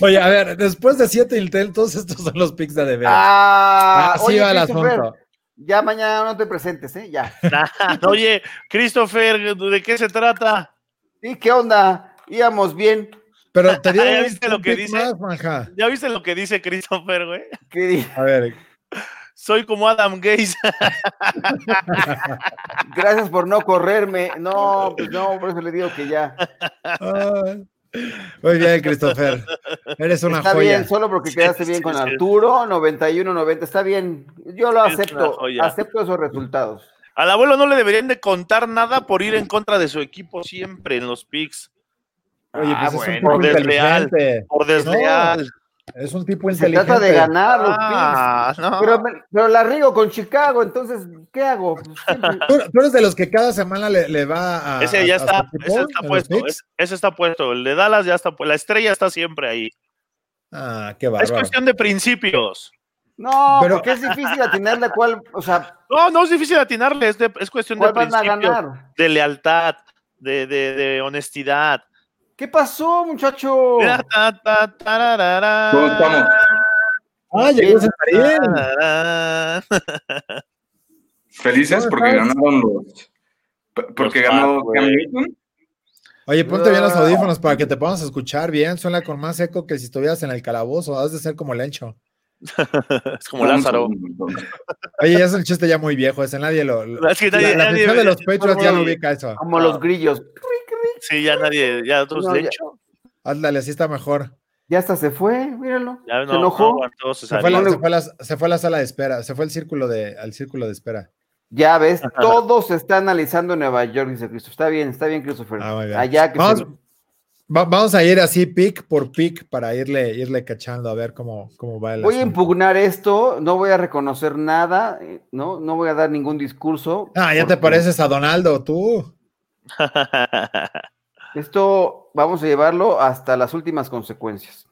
Speaker 1: Oye, a ver, después de siete intentos, *laughs* estos son los pics de de veras.
Speaker 3: *laughs* Ah,
Speaker 1: Así
Speaker 3: oye,
Speaker 1: va el
Speaker 3: Christopher,
Speaker 1: asunto.
Speaker 3: Ya mañana no te presentes, ¿eh? Ya.
Speaker 2: *laughs* Oye, Christopher, ¿de qué se trata?
Speaker 3: ¿Y qué onda? Íbamos bien.
Speaker 1: Pero
Speaker 3: *laughs*
Speaker 1: te dieron
Speaker 2: ¿Ya
Speaker 1: un-
Speaker 2: viste lo
Speaker 1: un
Speaker 2: que
Speaker 1: pic
Speaker 2: dice?
Speaker 1: más, manja.
Speaker 2: ¿Ya viste lo que dice Christopher, güey?
Speaker 3: ¿Qué di-
Speaker 1: A
Speaker 3: *laughs*
Speaker 1: ver,
Speaker 2: Soy como Adam Gaze.
Speaker 3: Gracias por no correrme. No, pues no, por eso le digo que ya.
Speaker 1: Ay. Muy bien, Christopher. Eres una
Speaker 3: Está
Speaker 1: joya.
Speaker 3: bien, solo porque quedaste
Speaker 2: Sí,
Speaker 3: bien
Speaker 2: sí,
Speaker 3: con
Speaker 2: sí.
Speaker 3: Arturo, 91-90. Está bien. Yo lo
Speaker 2: Es una
Speaker 3: acepto.
Speaker 2: joya.
Speaker 3: Acepto esos resultados.
Speaker 2: Al abuelo no le deberían de contar nada por ir en contra de su equipo siempre en los picks.
Speaker 1: Oye,
Speaker 3: Ah,
Speaker 1: pues es un
Speaker 3: bueno,
Speaker 1: tipo
Speaker 2: desleal.
Speaker 1: inteligente.
Speaker 2: Por desleal.
Speaker 1: Es un tipo
Speaker 3: Se
Speaker 1: inteligente.
Speaker 3: trata de ganar los picks.
Speaker 2: Ah, no.
Speaker 3: Pero, me- pero la riego con Chicago, entonces, ¿qué hago? Pues, siempre-
Speaker 1: Tú, tú eres de los que cada semana le, le va a.
Speaker 2: Ese ya
Speaker 1: a- a
Speaker 2: está,
Speaker 1: su equipo
Speaker 2: ese
Speaker 1: en
Speaker 2: está
Speaker 1: los
Speaker 2: puesto, ¿eh?
Speaker 1: picks.
Speaker 2: ese, ese está puesto. El de Dallas ya está, pu- la estrella está siempre ahí.
Speaker 1: Ah, qué
Speaker 2: Es
Speaker 1: bárbaro.
Speaker 2: cuestión de principios.
Speaker 3: No,
Speaker 1: Pero-
Speaker 3: porque es difícil atinarle cuál,
Speaker 2: *laughs*
Speaker 3: o sea,
Speaker 2: No, no es difícil atinarle, es, de- es cuestión de
Speaker 3: cuál van a
Speaker 2: principios,
Speaker 3: ganar.
Speaker 2: de lealtad, de, de- de honestidad.
Speaker 3: ¿Qué pasó,
Speaker 1: Oh.
Speaker 3: muchacho?
Speaker 2: Mira, ta, ta, tararara,
Speaker 5: ¿Cómo estamos?
Speaker 1: Ah, llegó Cesarín.
Speaker 2: tararara.
Speaker 5: Felices
Speaker 1: ¿Cómo
Speaker 5: porque
Speaker 1: estás?
Speaker 5: ganaron los. p- Porque
Speaker 2: Los
Speaker 5: ganó
Speaker 2: Pats, güey.
Speaker 5: Cam Newton.
Speaker 1: Oye, ponte bien los
Speaker 2: Ah.
Speaker 1: audífonos para que te podamos escuchar bien. Suena con más eco que si estuvieras en el calabozo. Has de ser como Lencho.
Speaker 2: Es como Lázaro.
Speaker 1: Oye, ya es un chiste ya muy viejo. Ese nadie lo. lo-
Speaker 2: Es que
Speaker 1: la-
Speaker 2: nadie-
Speaker 1: la
Speaker 2: nadie-
Speaker 1: afición de los Patriots ya lo ubica eso.
Speaker 3: Como los grillos.
Speaker 2: Sí, ya nadie, ya otros
Speaker 3: No, ya-
Speaker 2: Lencho,
Speaker 1: Ándale, así está mejor.
Speaker 3: Ya hasta se fue, míralo.
Speaker 2: ya no,
Speaker 3: se
Speaker 2: no
Speaker 3: enojó.
Speaker 2: aguantó
Speaker 1: Se fue, a la,
Speaker 2: Cesarín.
Speaker 1: se fue a la- se fue a la sala de espera, se fue al círculo de, al círculo de espera.
Speaker 3: ya ves, todo se está analizando en Nueva York, dice Cristo. Está bien, está bien, Christopher.
Speaker 1: Ah, muy bien.
Speaker 3: Allá Pues, que
Speaker 1: Vamos.
Speaker 3: se-
Speaker 1: Va- vamos a ir así pick por pick para irle, irle cachando a ver cómo, cómo va el
Speaker 3: Voy a
Speaker 1: asunto.
Speaker 3: impugnar esto, no voy a reconocer nada, eh, no, no voy a dar ningún discurso.
Speaker 1: Ah, ya te
Speaker 3: porque
Speaker 1: pareces a Donaldo, tú.
Speaker 3: Esto vamos a llevarlo hasta las últimas consecuencias.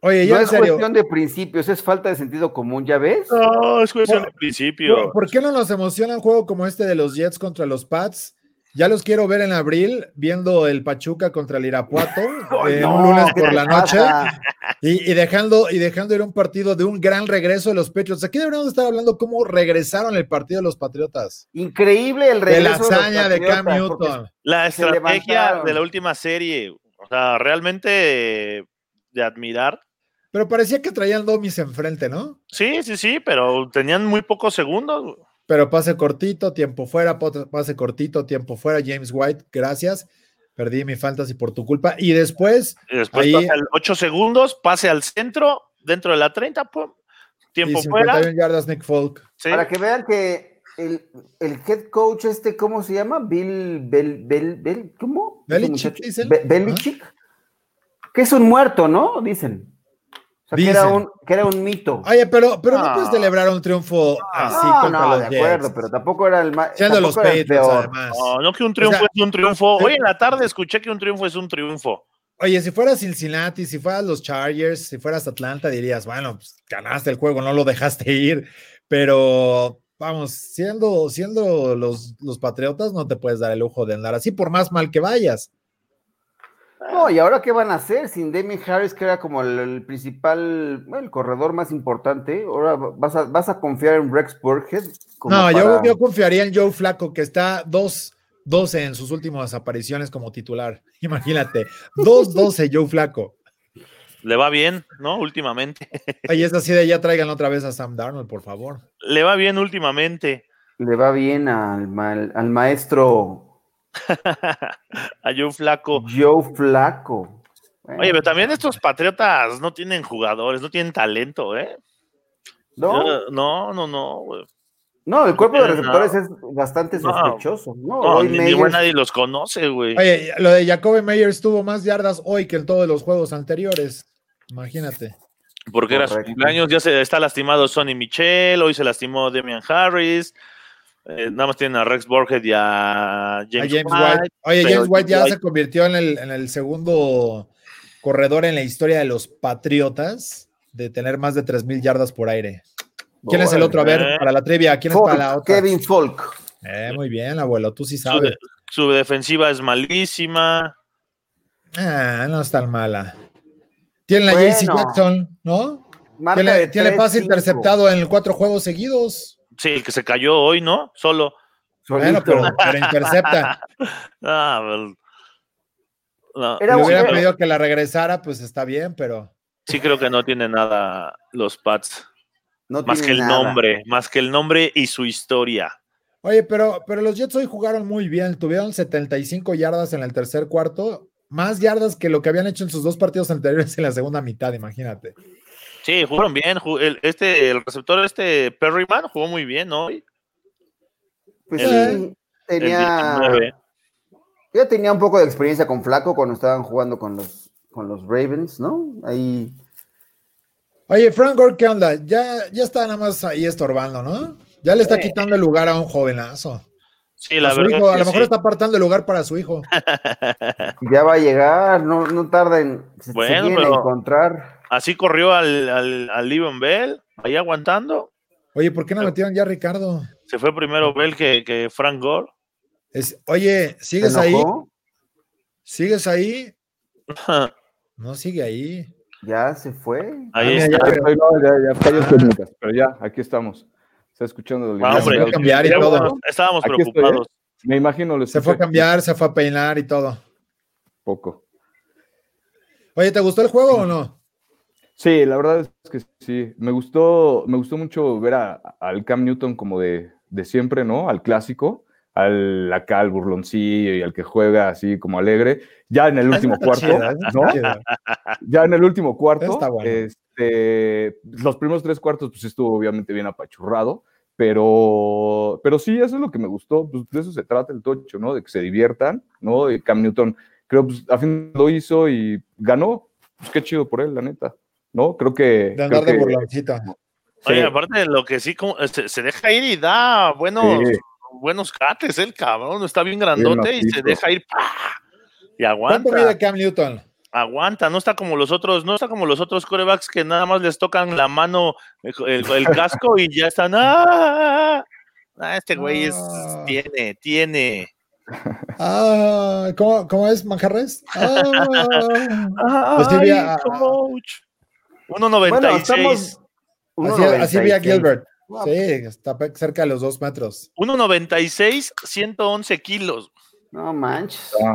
Speaker 1: Oye, ya
Speaker 3: No
Speaker 1: en
Speaker 3: es
Speaker 1: serio.
Speaker 3: cuestión de principios, es falta de sentido común, ¿ya ves?
Speaker 2: *laughs* No, es cuestión
Speaker 1: Por-
Speaker 2: de principio.
Speaker 1: ¿Por, por qué no nos emociona un juego como este de los Jets contra los Pats? Ya los quiero ver en abril viendo el Pachuca contra el
Speaker 3: *laughs*
Speaker 1: Irapuato eh,
Speaker 3: no,
Speaker 1: un lunes
Speaker 3: ¿qué
Speaker 1: por
Speaker 3: te
Speaker 1: la noche
Speaker 3: pasa?
Speaker 1: y, y dejando y dejando ir un partido de un gran regreso de los Patriots. Aquí deberíamos estar hablando cómo regresaron el partido de los Patriotas.
Speaker 3: Increíble el
Speaker 1: De
Speaker 3: regreso.
Speaker 1: la
Speaker 3: los
Speaker 1: hazaña de Cam
Speaker 3: Patriotas, porque
Speaker 1: Newton.
Speaker 2: La
Speaker 3: Se
Speaker 2: estrategia
Speaker 3: levantaron.
Speaker 2: de la última serie, o sea, realmente eh, de admirar.
Speaker 1: Pero parecía que traían domis enfrente, ¿no?
Speaker 2: Sí, sí, sí, pero tenían muy pocos segundos.
Speaker 1: Pero pase cortito, tiempo fuera, pot- pase cortito, tiempo fuera. James White, gracias. Perdí mi fantasy por tu culpa. Y después,
Speaker 2: Y Después
Speaker 1: Ahí-
Speaker 2: pasa al 8 segundos, pase al centro, dentro de la 30, pum,
Speaker 1: y
Speaker 2: tiempo
Speaker 1: 51
Speaker 2: fuera.
Speaker 1: yardas, Nick Folk.
Speaker 2: sí.
Speaker 3: Para que vean que el, el head coach este, ¿cómo se llama? Bill, Bel, Bel, Bel- ¿cómo? Ese
Speaker 1: Belichick,
Speaker 3: muchacho.
Speaker 1: dicen.
Speaker 3: Be- Belichick. Que es un muerto, ¿no? Dicen. O sea, que era,
Speaker 1: Dicen.
Speaker 3: un, que era un mito.
Speaker 1: Oye, pero, pero no
Speaker 2: Ah.
Speaker 1: puedes celebrar un triunfo así
Speaker 3: no,
Speaker 1: contra
Speaker 3: Ah, no,
Speaker 1: los
Speaker 3: de acuerdo,
Speaker 1: Jets.
Speaker 3: pero tampoco era el más.
Speaker 1: Siendo los
Speaker 3: tampoco era el
Speaker 1: Patriots,
Speaker 3: peor.
Speaker 1: además.
Speaker 2: No, no que un triunfo
Speaker 1: sea,
Speaker 2: es un triunfo.
Speaker 1: sí.
Speaker 2: Hoy en la tarde escuché que un triunfo es un triunfo.
Speaker 1: Oye, si fueras Cincinnati, si fueras los Chargers, si fueras Atlanta, dirías, bueno, pues, ganaste el juego, no lo dejaste ir. Pero vamos, siendo, siendo los, los Patriotas, no te puedes dar el lujo de andar así, por más mal que vayas.
Speaker 3: No, y ahora qué van a hacer sin Damien Harris, que era como el, el principal, bueno, el corredor más importante. Ahora vas a, vas a confiar en Rex Burkhead. como
Speaker 1: no, yo,
Speaker 3: para-
Speaker 1: yo confiaría en Joe Flaco, que está dos, 12 en sus últimas apariciones como titular. *laughs* Imagínate, 2-12 Joe Flaco.
Speaker 2: Le va bien, ¿no? Últimamente.
Speaker 1: Ahí es así de ya traigan otra vez a Sam Darnold, por favor.
Speaker 2: Le va bien últimamente *laughs*
Speaker 3: Le va bien al, mal- al maestro
Speaker 2: a Joe Flaco.
Speaker 3: Joe Flaco. Bueno,
Speaker 2: Oye, pero también estos patriotas no tienen jugadores, no tienen talento, ¿eh?
Speaker 3: ¿no?
Speaker 2: Eh, No, no, no. güey.
Speaker 3: no, el cuerpo de
Speaker 2: no.
Speaker 3: receptores es bastante
Speaker 2: No.
Speaker 3: sospechoso. No,
Speaker 2: No,
Speaker 3: Hoy
Speaker 2: ni- ni
Speaker 3: Meyers-
Speaker 2: igual nadie los conoce, güey.
Speaker 1: Oye, lo de Jacoby Meyers tuvo más yardas hoy que en todos los juegos anteriores. Imagínate.
Speaker 2: Porque era su
Speaker 3: Correcto.
Speaker 2: cumpleaños, ya se está lastimado Sonny Michel, hoy se lastimó Demian Harris, eh, nada más tienen a Rex Borges y a
Speaker 1: A
Speaker 2: James,
Speaker 1: James
Speaker 2: White.
Speaker 1: White. Oye,
Speaker 2: pero
Speaker 1: James White ya
Speaker 2: White-
Speaker 1: se convirtió en el, en el segundo corredor en la historia de los Patriotas de tener más de 3.000 yardas por aire. ¿Quién es el
Speaker 3: Órale.
Speaker 1: otro? A ver, para la trivia, ¿quién es
Speaker 3: Folk,
Speaker 1: para la otra?
Speaker 3: Kevin Folk.
Speaker 1: Eh, muy bien, abuelo, tú sí
Speaker 2: Su,
Speaker 1: sabes.
Speaker 2: de- su defensiva es malísima.
Speaker 1: Ah, no es tan mala. Tiene la
Speaker 3: Bueno.
Speaker 1: JC Jackson, ¿no?
Speaker 3: Marca
Speaker 1: Tiene,
Speaker 3: de
Speaker 1: tiene pase
Speaker 3: 3-5.
Speaker 1: interceptado en cuatro juegos seguidos.
Speaker 2: Sí, el que se cayó hoy, ¿no? Solo.
Speaker 1: Bueno,
Speaker 3: Solito.
Speaker 1: pero, pero intercepta.
Speaker 2: Ah, well. No,
Speaker 1: Si
Speaker 3: *laughs* Era
Speaker 1: le
Speaker 3: un-
Speaker 1: hubiera
Speaker 3: era-
Speaker 1: pedido que la regresara, pues está bien, pero.
Speaker 2: sí creo que no tiene nada los Pats.
Speaker 3: no
Speaker 2: Más
Speaker 3: tiene
Speaker 2: que el
Speaker 3: nada.
Speaker 2: nombre, más que el nombre y su historia.
Speaker 1: Oye, pero, pero los Jets hoy jugaron muy bien. Tuvieron 75 yardas en el tercer cuarto. Más yardas que lo que habían hecho en sus dos partidos anteriores en la segunda mitad, imagínate.
Speaker 2: Sí, jugaron bien. ju- el, este, el receptor este Perryman jugó muy bien hoy.
Speaker 3: Pues
Speaker 1: Eh.
Speaker 2: El-
Speaker 3: sí,
Speaker 2: El
Speaker 3: tenía.
Speaker 2: 19.
Speaker 3: Yo tenía un poco de experiencia con Flaco cuando estaban jugando con los, con los Ravens, ¿no?
Speaker 2: *laughs*
Speaker 3: Ahí.
Speaker 1: Oye, Frank Gore, ¿qué onda? Ya, ya está nada más ahí estorbando, ¿no? Ya le está quitando el lugar a un jovenazo.
Speaker 2: Sí, la
Speaker 1: a, su
Speaker 2: verdad.
Speaker 1: hijo, a
Speaker 2: que
Speaker 1: Pues lo
Speaker 2: sí.
Speaker 1: mejor está apartando el lugar para su
Speaker 2: *laughs*
Speaker 1: hijo.
Speaker 3: Ya va a llegar, no, no tarda en. Se, se
Speaker 2: Bueno,
Speaker 3: viene a
Speaker 2: pero-
Speaker 3: encontrar.
Speaker 2: Así corrió al, al, al Le'Veon Bell, ahí aguantando.
Speaker 1: Oye, ¿por qué no metieron ya a Ricardo?
Speaker 2: Se fue primero Bell que, que Frank Gore. *laughs*
Speaker 1: Es- oye,
Speaker 3: ¿Se
Speaker 1: ¿sigues ahí?
Speaker 3: enojó?
Speaker 1: ¿Sigues ahí? No sigue ahí.
Speaker 3: Ya se fue.
Speaker 1: Ah,
Speaker 2: Ahí
Speaker 1: mira,
Speaker 2: está.
Speaker 1: ya, pero-
Speaker 6: Ay, no, ya, ya fallas técnicas, pero ya, aquí estamos. Está escuchando el
Speaker 1: ya
Speaker 2: Ah, hombre.
Speaker 1: se fue a cambiar y
Speaker 2: Ya,
Speaker 1: todo.
Speaker 2: bueno, estábamos
Speaker 6: Aquí estoy, ¿eh?
Speaker 2: preocupados.
Speaker 6: Me imagino lo
Speaker 1: Se fue a
Speaker 6: escuché
Speaker 1: cambiar, se fue a peinar y todo.
Speaker 6: un poco.
Speaker 1: Oye, ¿te gustó el juego o no?
Speaker 6: Sí, la verdad es que sí. Me gustó, me gustó mucho ver a- al Cam Newton como de, de siempre, ¿no? Al clásico, al acá, al burloncillo y al que juega así como alegre. Ya en el
Speaker 1: *laughs*
Speaker 6: último
Speaker 1: Está
Speaker 6: cuarto,
Speaker 1: chida, está
Speaker 6: ¿no?
Speaker 1: chida.
Speaker 6: Ya en el último cuarto,
Speaker 1: Está bueno.
Speaker 6: este, los primeros tres cuartos, pues estuvo obviamente bien apachurrado, pero, pero sí, eso es lo que me gustó, pues de eso se trata el tocho, ¿no? De que se diviertan, ¿no? Y Cam Newton, creo, pues a fin lo hizo y ganó, pues qué chido por él, la neta, ¿no? Creo que...
Speaker 1: De andar
Speaker 6: creo
Speaker 1: de
Speaker 6: que-
Speaker 1: burloncito.
Speaker 6: sí,
Speaker 2: Oye, aparte lo que sí, como, eh, se, se deja ir y da buenos,
Speaker 6: sí,
Speaker 2: buenos cates, el cabrón. Está bien grandote y se
Speaker 6: macizo.
Speaker 2: deja ir. ¡pah! Y
Speaker 1: ¿Cuánto mide
Speaker 2: aguanta,
Speaker 1: Cam Newton?
Speaker 2: aguanta, no está como los otros, no está como los otros corebacks que nada más les tocan la mano, el, el- el casco y ya están. ¡ah! Ah, este güey es,
Speaker 1: *laughs* Ah.
Speaker 2: tiene, tiene.
Speaker 1: Ah, ¿cómo, cómo es, Manjarres?
Speaker 3: *laughs*
Speaker 1: Ah, Pues sí,
Speaker 2: Ay,
Speaker 1: vi a-
Speaker 2: coach.
Speaker 3: Bueno,
Speaker 2: 1.96.
Speaker 3: estamos.
Speaker 1: así, así vi a
Speaker 3: 1.96.
Speaker 1: Gilbert. Sí, está pe- cerca de los dos metros.
Speaker 2: 1.96, 111 kilos.
Speaker 3: No manches.
Speaker 6: ah,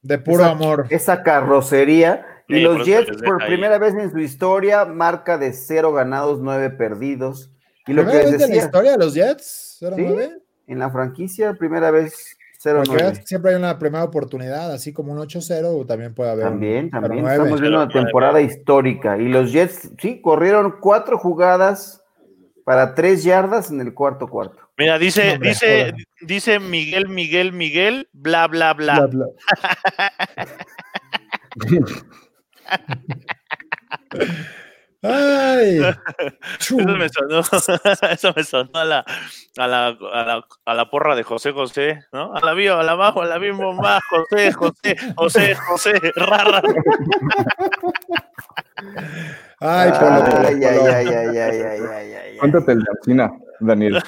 Speaker 1: De puro
Speaker 3: Exacto.
Speaker 1: amor.
Speaker 3: Esa carrocería. Y
Speaker 2: Sí, por
Speaker 3: los
Speaker 2: eso
Speaker 3: Jets,
Speaker 2: les deja
Speaker 3: por
Speaker 2: ahí.
Speaker 3: primera vez en su historia, marca de cero ganados, nueve perdidos. Y lo que
Speaker 1: ¿Primera vez
Speaker 3: les
Speaker 1: de la
Speaker 3: decía,
Speaker 1: historia de los Jets? ¿Era
Speaker 3: Sí,
Speaker 1: nueve?
Speaker 3: en la franquicia, primera vez cero
Speaker 1: Para que veas
Speaker 3: nueve.
Speaker 1: que siempre hay una primera oportunidad, así como un 8-0 también puede haber. un
Speaker 3: También, también.
Speaker 1: 0-9.
Speaker 3: Estamos viendo una
Speaker 2: Pero nueve.
Speaker 3: temporada histórica. Y los Jets, sí, corrieron cuatro jugadas para tres yardas en el cuarto cuarto.
Speaker 2: Mira, dice,
Speaker 1: No me
Speaker 2: dice,
Speaker 1: jodas.
Speaker 2: dice Miguel, Miguel, Miguel, bla, bla,
Speaker 1: Bla,
Speaker 2: bla.
Speaker 3: *laughs*
Speaker 1: *laughs* bla. Ay, chu.
Speaker 2: *laughs* Eso me sonó, *laughs* eso me sonó a, la, a, la, a, la, a la porra de José José, ¿no? A la bio, a la bajo, a la bimbo más, José, José, José, José, rara.
Speaker 1: ay, Polo, Polo, *laughs*
Speaker 3: ay, ay,
Speaker 1: Polo.
Speaker 3: ay, ay, ay, ay, ay, ay.
Speaker 6: cuéntate el de Alcina, Daniel.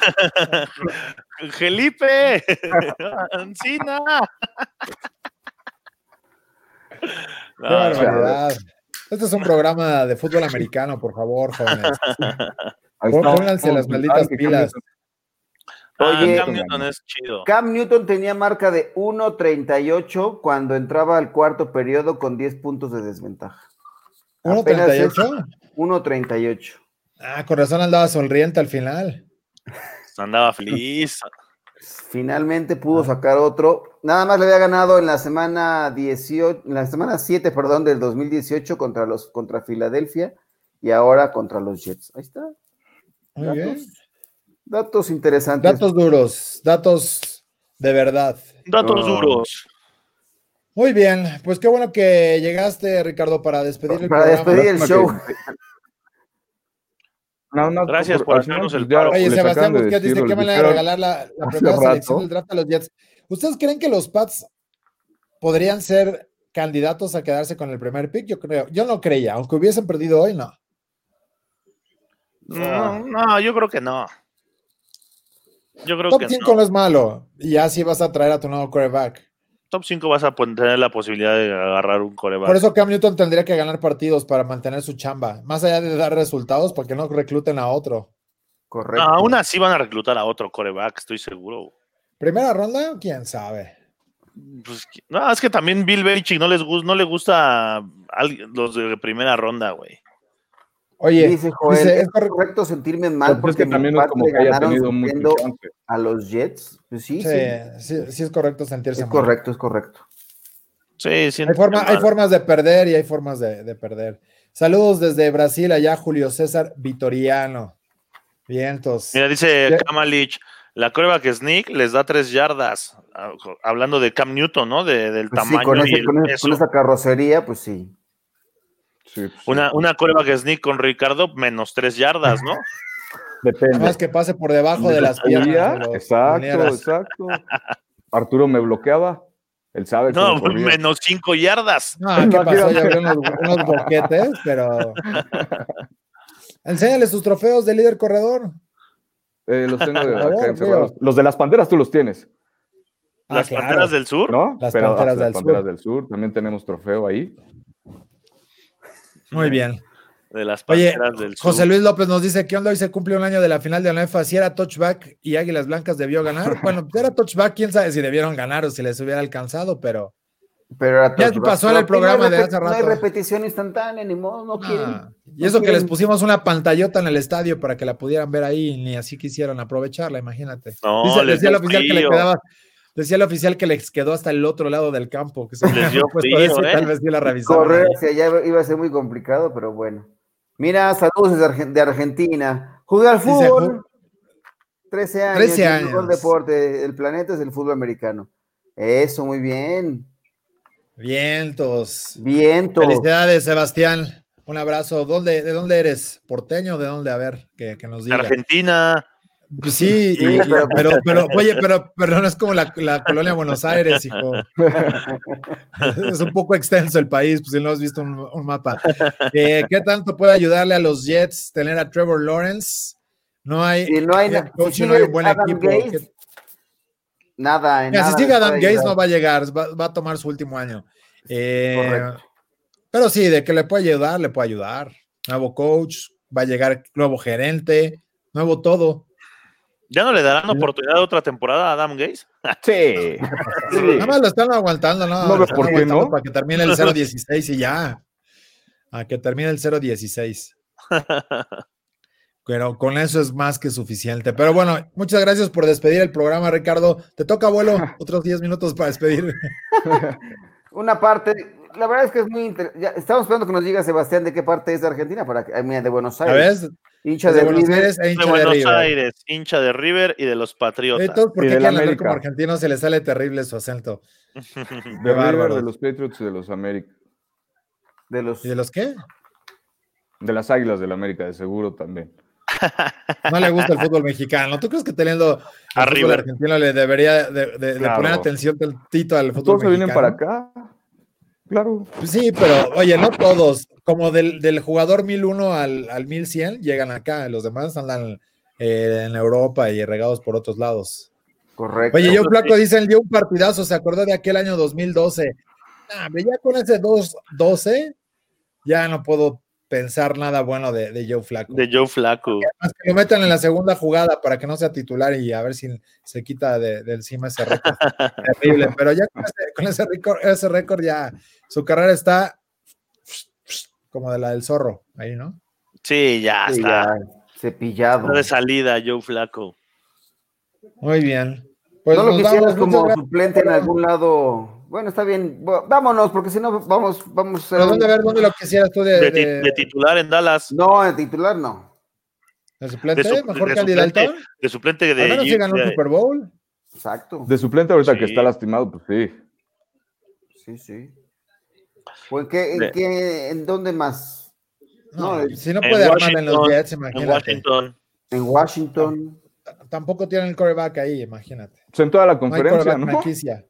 Speaker 2: Felipe, *laughs* Ancina. *laughs*
Speaker 1: Qué
Speaker 2: No, no,
Speaker 1: barbaridad. Este es un programa de fútbol americano, por favor, jóvenes.
Speaker 6: Ahí
Speaker 1: Pon-
Speaker 6: está.
Speaker 1: pónganse las
Speaker 6: Ah,
Speaker 1: malditas
Speaker 6: que Cam
Speaker 1: pilas.
Speaker 6: Newton-
Speaker 2: Ah,
Speaker 3: Oye,
Speaker 2: Cam Newton es chido.
Speaker 3: Cam Newton tenía marca de 1.38 cuando entraba al cuarto periodo con 10 puntos de desventaja. Apenas es-
Speaker 1: 1.38.
Speaker 3: 1.38.
Speaker 1: Ah, con razón andaba sonriente al final.
Speaker 2: Andaba feliz.
Speaker 3: Finalmente
Speaker 6: Ah.
Speaker 3: pudo sacar otro. Nada más le había ganado en la semana 18, en la semana 7, perdón, del 2018 contra los contra Filadelfia y ahora contra los Jets. Ahí está.
Speaker 1: Muy
Speaker 3: Datos.
Speaker 1: bien.
Speaker 3: Datos interesantes.
Speaker 1: Datos duros, datos de verdad.
Speaker 2: Datos
Speaker 3: No.
Speaker 2: duros.
Speaker 1: Muy bien, pues qué bueno que llegaste, Ricardo, para despedir el
Speaker 3: para
Speaker 1: programa.
Speaker 3: despedir el
Speaker 6: Lástima
Speaker 3: show.
Speaker 6: que- Nada más
Speaker 2: Gracias por
Speaker 6: pues, al
Speaker 2: hacernos
Speaker 6: final,
Speaker 2: el
Speaker 6: ya
Speaker 2: paro.
Speaker 1: Oye,
Speaker 6: les
Speaker 1: Sebastián
Speaker 6: acaban de
Speaker 1: Busquets dice
Speaker 6: decir,
Speaker 1: que
Speaker 6: les
Speaker 1: van a
Speaker 6: dijeron,
Speaker 1: regalar la, la
Speaker 6: hace
Speaker 1: primera selección
Speaker 6: rato.
Speaker 1: del draft a los Jets. ¿Ustedes creen que los Pats podrían ser candidatos a quedarse con el primer pick? Yo creo, yo no creía, aunque hubiesen perdido hoy, no.
Speaker 2: No, no, yo creo que no. Yo creo
Speaker 1: Top
Speaker 2: que
Speaker 1: 5
Speaker 2: no.
Speaker 1: no. es malo, y ya sí vas a traer a tu nuevo quarterback.
Speaker 2: Top 5 vas a pon- tener la posibilidad de agarrar un coreback.
Speaker 1: Por eso Cam Newton tendría que ganar partidos para mantener su chamba, más allá de dar resultados, para que no recluten a otro.
Speaker 2: No,
Speaker 3: Correcto.
Speaker 2: aún así van a reclutar a otro coreback, estoy seguro.
Speaker 1: Primera ronda, quién sabe.
Speaker 2: Pues, que- no, es que también Bill Belichick no les gusta, no le gusta a alguien- los de primera ronda, güey.
Speaker 1: Oye,
Speaker 3: Dice Joel,
Speaker 1: dice,
Speaker 3: es
Speaker 1: es correcto.
Speaker 3: correcto sentirme
Speaker 6: Pues
Speaker 3: mal
Speaker 6: es que
Speaker 3: porque
Speaker 6: también
Speaker 3: mis
Speaker 6: no es
Speaker 3: Pats
Speaker 6: como
Speaker 3: le
Speaker 6: que haya
Speaker 3: ganaron
Speaker 6: tenido mucho
Speaker 3: sufriendo
Speaker 6: chance.
Speaker 3: a los Jets. Pues sí,
Speaker 1: Sí,
Speaker 3: sí,
Speaker 1: sí, sí es correcto sentirse
Speaker 3: Es
Speaker 1: mal.
Speaker 3: correcto, es correcto.
Speaker 2: Sí, sí.
Speaker 1: Hay, forma- hay formas de perder y hay formas de, de perder. Saludos desde Brasil, allá Julio César Vitoriano. Vientos.
Speaker 2: Mira, dice
Speaker 1: Ya-
Speaker 2: Kamalich, la coreback sneak les da tres yardas. Ah, jo- Hablando de Cam Newton, ¿no? De- del
Speaker 3: Pues sí,
Speaker 2: tamaño
Speaker 3: con,
Speaker 2: y
Speaker 3: ese-
Speaker 2: el
Speaker 3: con ese-
Speaker 2: peso.
Speaker 3: con esa carrocería, pues sí.
Speaker 6: Sí, pues,
Speaker 2: Una, una coreback sneak con Ricardo, menos tres yardas,
Speaker 1: *laughs*
Speaker 2: ¿no?
Speaker 6: depende.
Speaker 1: Además que pase por debajo de
Speaker 6: Yo
Speaker 1: las
Speaker 6: sabía,
Speaker 1: piernas. de los
Speaker 6: exacto,
Speaker 1: linieros.
Speaker 6: exacto. Arturo me bloqueaba. Él sabe
Speaker 1: Pues
Speaker 2: No,
Speaker 6: cómo corría.
Speaker 2: menos cinco yardas.
Speaker 1: *laughs* No, ¿qué pasó?
Speaker 6: Imagínate.
Speaker 1: Ya abrió *laughs* unos, unos boquetes, pero. *laughs* Enséñale sus trofeos de líder corredor.
Speaker 6: Eh,
Speaker 1: *laughs*
Speaker 6: los tengo de
Speaker 1: Por favor,
Speaker 6: acá encerrados.
Speaker 1: digo.
Speaker 6: Los de las panteras tú los tienes,
Speaker 1: Ah,
Speaker 2: Las
Speaker 1: claro.
Speaker 2: Panteras del Sur.
Speaker 6: ¿no?
Speaker 1: Las
Speaker 6: Pero, ah,
Speaker 1: Panteras
Speaker 6: las
Speaker 1: del
Speaker 6: Panteras
Speaker 1: Sur.
Speaker 6: del Sur. También tenemos trofeo ahí.
Speaker 1: Muy bien.
Speaker 2: De las
Speaker 1: Oye,
Speaker 2: Panteras del Sur.
Speaker 1: José Luis López nos dice que onda hoy se cumple un año de la final de la UEFA. Si era touchback y Águilas Blancas debió
Speaker 2: *laughs*
Speaker 1: ganar. Bueno, si era touchback, quién sabe si debieron ganar o si les hubiera alcanzado, pero.
Speaker 3: Pero era
Speaker 1: Ya
Speaker 3: todo-
Speaker 1: pasó en el
Speaker 3: Pero aquí
Speaker 1: programa de
Speaker 3: repet-
Speaker 1: hace
Speaker 3: No hay
Speaker 1: rato.
Speaker 3: repetición instantánea, ni modo, no quieren.
Speaker 1: Ah, y
Speaker 3: no
Speaker 1: eso que les
Speaker 3: quieren.
Speaker 1: pusimos una pantallota en el estadio para que la pudieran ver ahí, ni así quisieran aprovecharla, imagínate.
Speaker 2: No,
Speaker 1: Dice-
Speaker 2: les
Speaker 1: decía el
Speaker 2: dio
Speaker 1: oficial que le
Speaker 2: frío.
Speaker 1: quedaba, decía el oficial que les quedó hasta el otro lado del campo, que se
Speaker 2: Les dio
Speaker 1: habían puesto
Speaker 2: frío,
Speaker 1: eso y
Speaker 2: ¿eh?
Speaker 1: tal vez sí la revisaron.
Speaker 3: Correr
Speaker 1: ahí.
Speaker 3: hacia allá iba a ser muy complicado, pero bueno. Mira, saludos desde Argen- de Argentina. Jugué al
Speaker 1: Dice,
Speaker 3: fútbol. 13 años.
Speaker 1: 13
Speaker 3: es El mejor
Speaker 1: años.
Speaker 3: deporte el planeta es el fútbol americano. Eso, muy bien.
Speaker 1: Vientos.
Speaker 3: Viento.
Speaker 1: Felicidades, Sebastián. Un abrazo. ¿Dónde, ¿De dónde eres? ¿Porteño? ¿De dónde? A ver, que, que nos diga.
Speaker 2: Argentina.
Speaker 1: Pues Sí, y-
Speaker 3: Sí,
Speaker 1: y-
Speaker 3: pero-
Speaker 1: pero, pero, oye, pero, pero no es como la, la colonia Buenos Aires,
Speaker 3: *laughs*
Speaker 1: hijo. Es un poco extenso el país, pues si no has visto un, un mapa. Eh, ¿Qué tanto puede ayudarle a los Jets tener a Trevor Lawrence? No hay.
Speaker 3: Si no hay,
Speaker 1: head
Speaker 3: na-
Speaker 1: coach
Speaker 3: si
Speaker 1: y no hay
Speaker 3: sigue
Speaker 1: un buen
Speaker 3: Adam
Speaker 1: equipo.
Speaker 3: Gaze,
Speaker 1: ¿Qué-
Speaker 3: nada, en
Speaker 1: Mira,
Speaker 3: nada.
Speaker 1: si sigue
Speaker 3: les
Speaker 1: Adam
Speaker 3: puede
Speaker 1: Gates
Speaker 3: ayudar.
Speaker 1: no va a llegar, va, va a tomar su último año. Eh,
Speaker 3: Correcto.
Speaker 1: pero sí, de que le puede ayudar, le puede ayudar. Nuevo coach, va a llegar nuevo gerente, nuevo todo.
Speaker 2: ¿Ya no le darán oportunidad otra temporada a Adam Gaze?
Speaker 1: *laughs*
Speaker 6: Sí.
Speaker 1: Nada más lo están aguantando, ¿no?
Speaker 6: No veo
Speaker 1: Lo están
Speaker 6: por qué
Speaker 1: aguantando
Speaker 6: no.
Speaker 1: Para que termine el 016 y ya. A que termine el
Speaker 6: *laughs*
Speaker 1: 016. Pero con eso es más que suficiente. Pero bueno, muchas gracias por despedir el programa, Ricardo. Te toca,
Speaker 6: *laughs*
Speaker 1: abuelo, otros 10 minutos para despedir.
Speaker 3: Una parte, la verdad es que es muy interesante. Estamos esperando que nos diga Sebastián de qué parte es de Argentina, para que, ah, mira, de Buenos
Speaker 1: ¿A
Speaker 3: Aires.
Speaker 1: ves?
Speaker 3: Hincha
Speaker 1: De
Speaker 3: de,
Speaker 1: Buenos
Speaker 3: River.
Speaker 1: Aires e
Speaker 2: De
Speaker 1: hincha de
Speaker 2: Buenos
Speaker 1: River.
Speaker 2: Aires, hincha de River y de los Patriotas.
Speaker 1: Entonces, ¿por
Speaker 6: Y
Speaker 1: qué
Speaker 6: del
Speaker 1: quieren hablar
Speaker 6: América.
Speaker 1: como argentino? Se le sale terrible su acento.
Speaker 6: De River,
Speaker 1: bárbaros.
Speaker 6: de los Patriots y de los América.
Speaker 3: De los,
Speaker 1: ¿Y de los qué?
Speaker 6: De las Águilas del América, de seguro también.
Speaker 1: No le gusta el fútbol mexicano. ¿Tú crees que teniendo el
Speaker 2: A
Speaker 1: fútbol
Speaker 2: River.
Speaker 1: argentino le debería de, de- de
Speaker 6: Claro. Pues
Speaker 1: poner atención tantito al fútbol
Speaker 6: Todos se
Speaker 1: mexicano?
Speaker 6: vienen para acá. Claro.
Speaker 1: Pues sí, pero oye, no todos. Como del, del jugador 1001 al, al 1100 llegan acá. Los demás andan eh, en Europa y regados por otros lados.
Speaker 3: correcto.
Speaker 1: Oye, yo
Speaker 2: Eso
Speaker 1: flaco dicen, dio un partidazo, se acordó de aquel año 2012. Nah, hombre, ya con ese 2-12, ya no puedo pensar nada bueno de, de Joe Flaco.
Speaker 2: de Joe Flaco.
Speaker 1: Además, que lo metan en la segunda jugada para que no sea titular y a ver si se quita de, de encima ese
Speaker 2: *laughs*
Speaker 1: récord. Terrible. Pero ya con ese, con ese récord, ese récord ya su carrera está como de la del zorro, ahí, ¿no?
Speaker 2: Sí, ya
Speaker 3: Sí,
Speaker 2: está.
Speaker 3: ya, cepillado.
Speaker 2: Está de salida, Joe Flaco.
Speaker 1: Muy bien. Pues
Speaker 3: no lo
Speaker 1: nos
Speaker 3: quisieras
Speaker 1: vamos, muchas
Speaker 3: como
Speaker 1: gracias.
Speaker 3: suplente en algún lado. Bueno, está bien. bu- Vámonos, porque si no, vamos, vamos a hacer
Speaker 1: Pero
Speaker 3: un-
Speaker 1: dónde a ver dónde lo quisieras tú de,
Speaker 2: De, ti-
Speaker 1: Eh, de-
Speaker 2: de titular en Dallas.
Speaker 3: No, el titular no.
Speaker 1: de
Speaker 2: De,
Speaker 1: suplente,
Speaker 2: su-
Speaker 1: mejor
Speaker 2: de
Speaker 1: que Andy
Speaker 2: suplente,
Speaker 1: Dalton.
Speaker 2: de suplente
Speaker 1: Al menos sí
Speaker 2: de, eh.
Speaker 1: ganó el Super Bowl.
Speaker 3: Exacto.
Speaker 6: De suplente ahorita que
Speaker 2: Sí.
Speaker 6: está lastimado, pues sí.
Speaker 3: Sí, sí. ¿O en qué, en,
Speaker 2: De-
Speaker 3: qué- en dónde más?
Speaker 1: No,
Speaker 3: No,
Speaker 1: si no
Speaker 2: en
Speaker 1: puede armar en los
Speaker 2: Washington,
Speaker 1: Jets,
Speaker 2: en
Speaker 1: imagínate.
Speaker 2: Washington.
Speaker 3: En Washington.
Speaker 1: Tampoco tienen el coreback ahí, imagínate.
Speaker 6: Pues en toda la
Speaker 1: No hay
Speaker 6: conferencia,
Speaker 1: coreback
Speaker 6: ¿no?
Speaker 1: franquicia.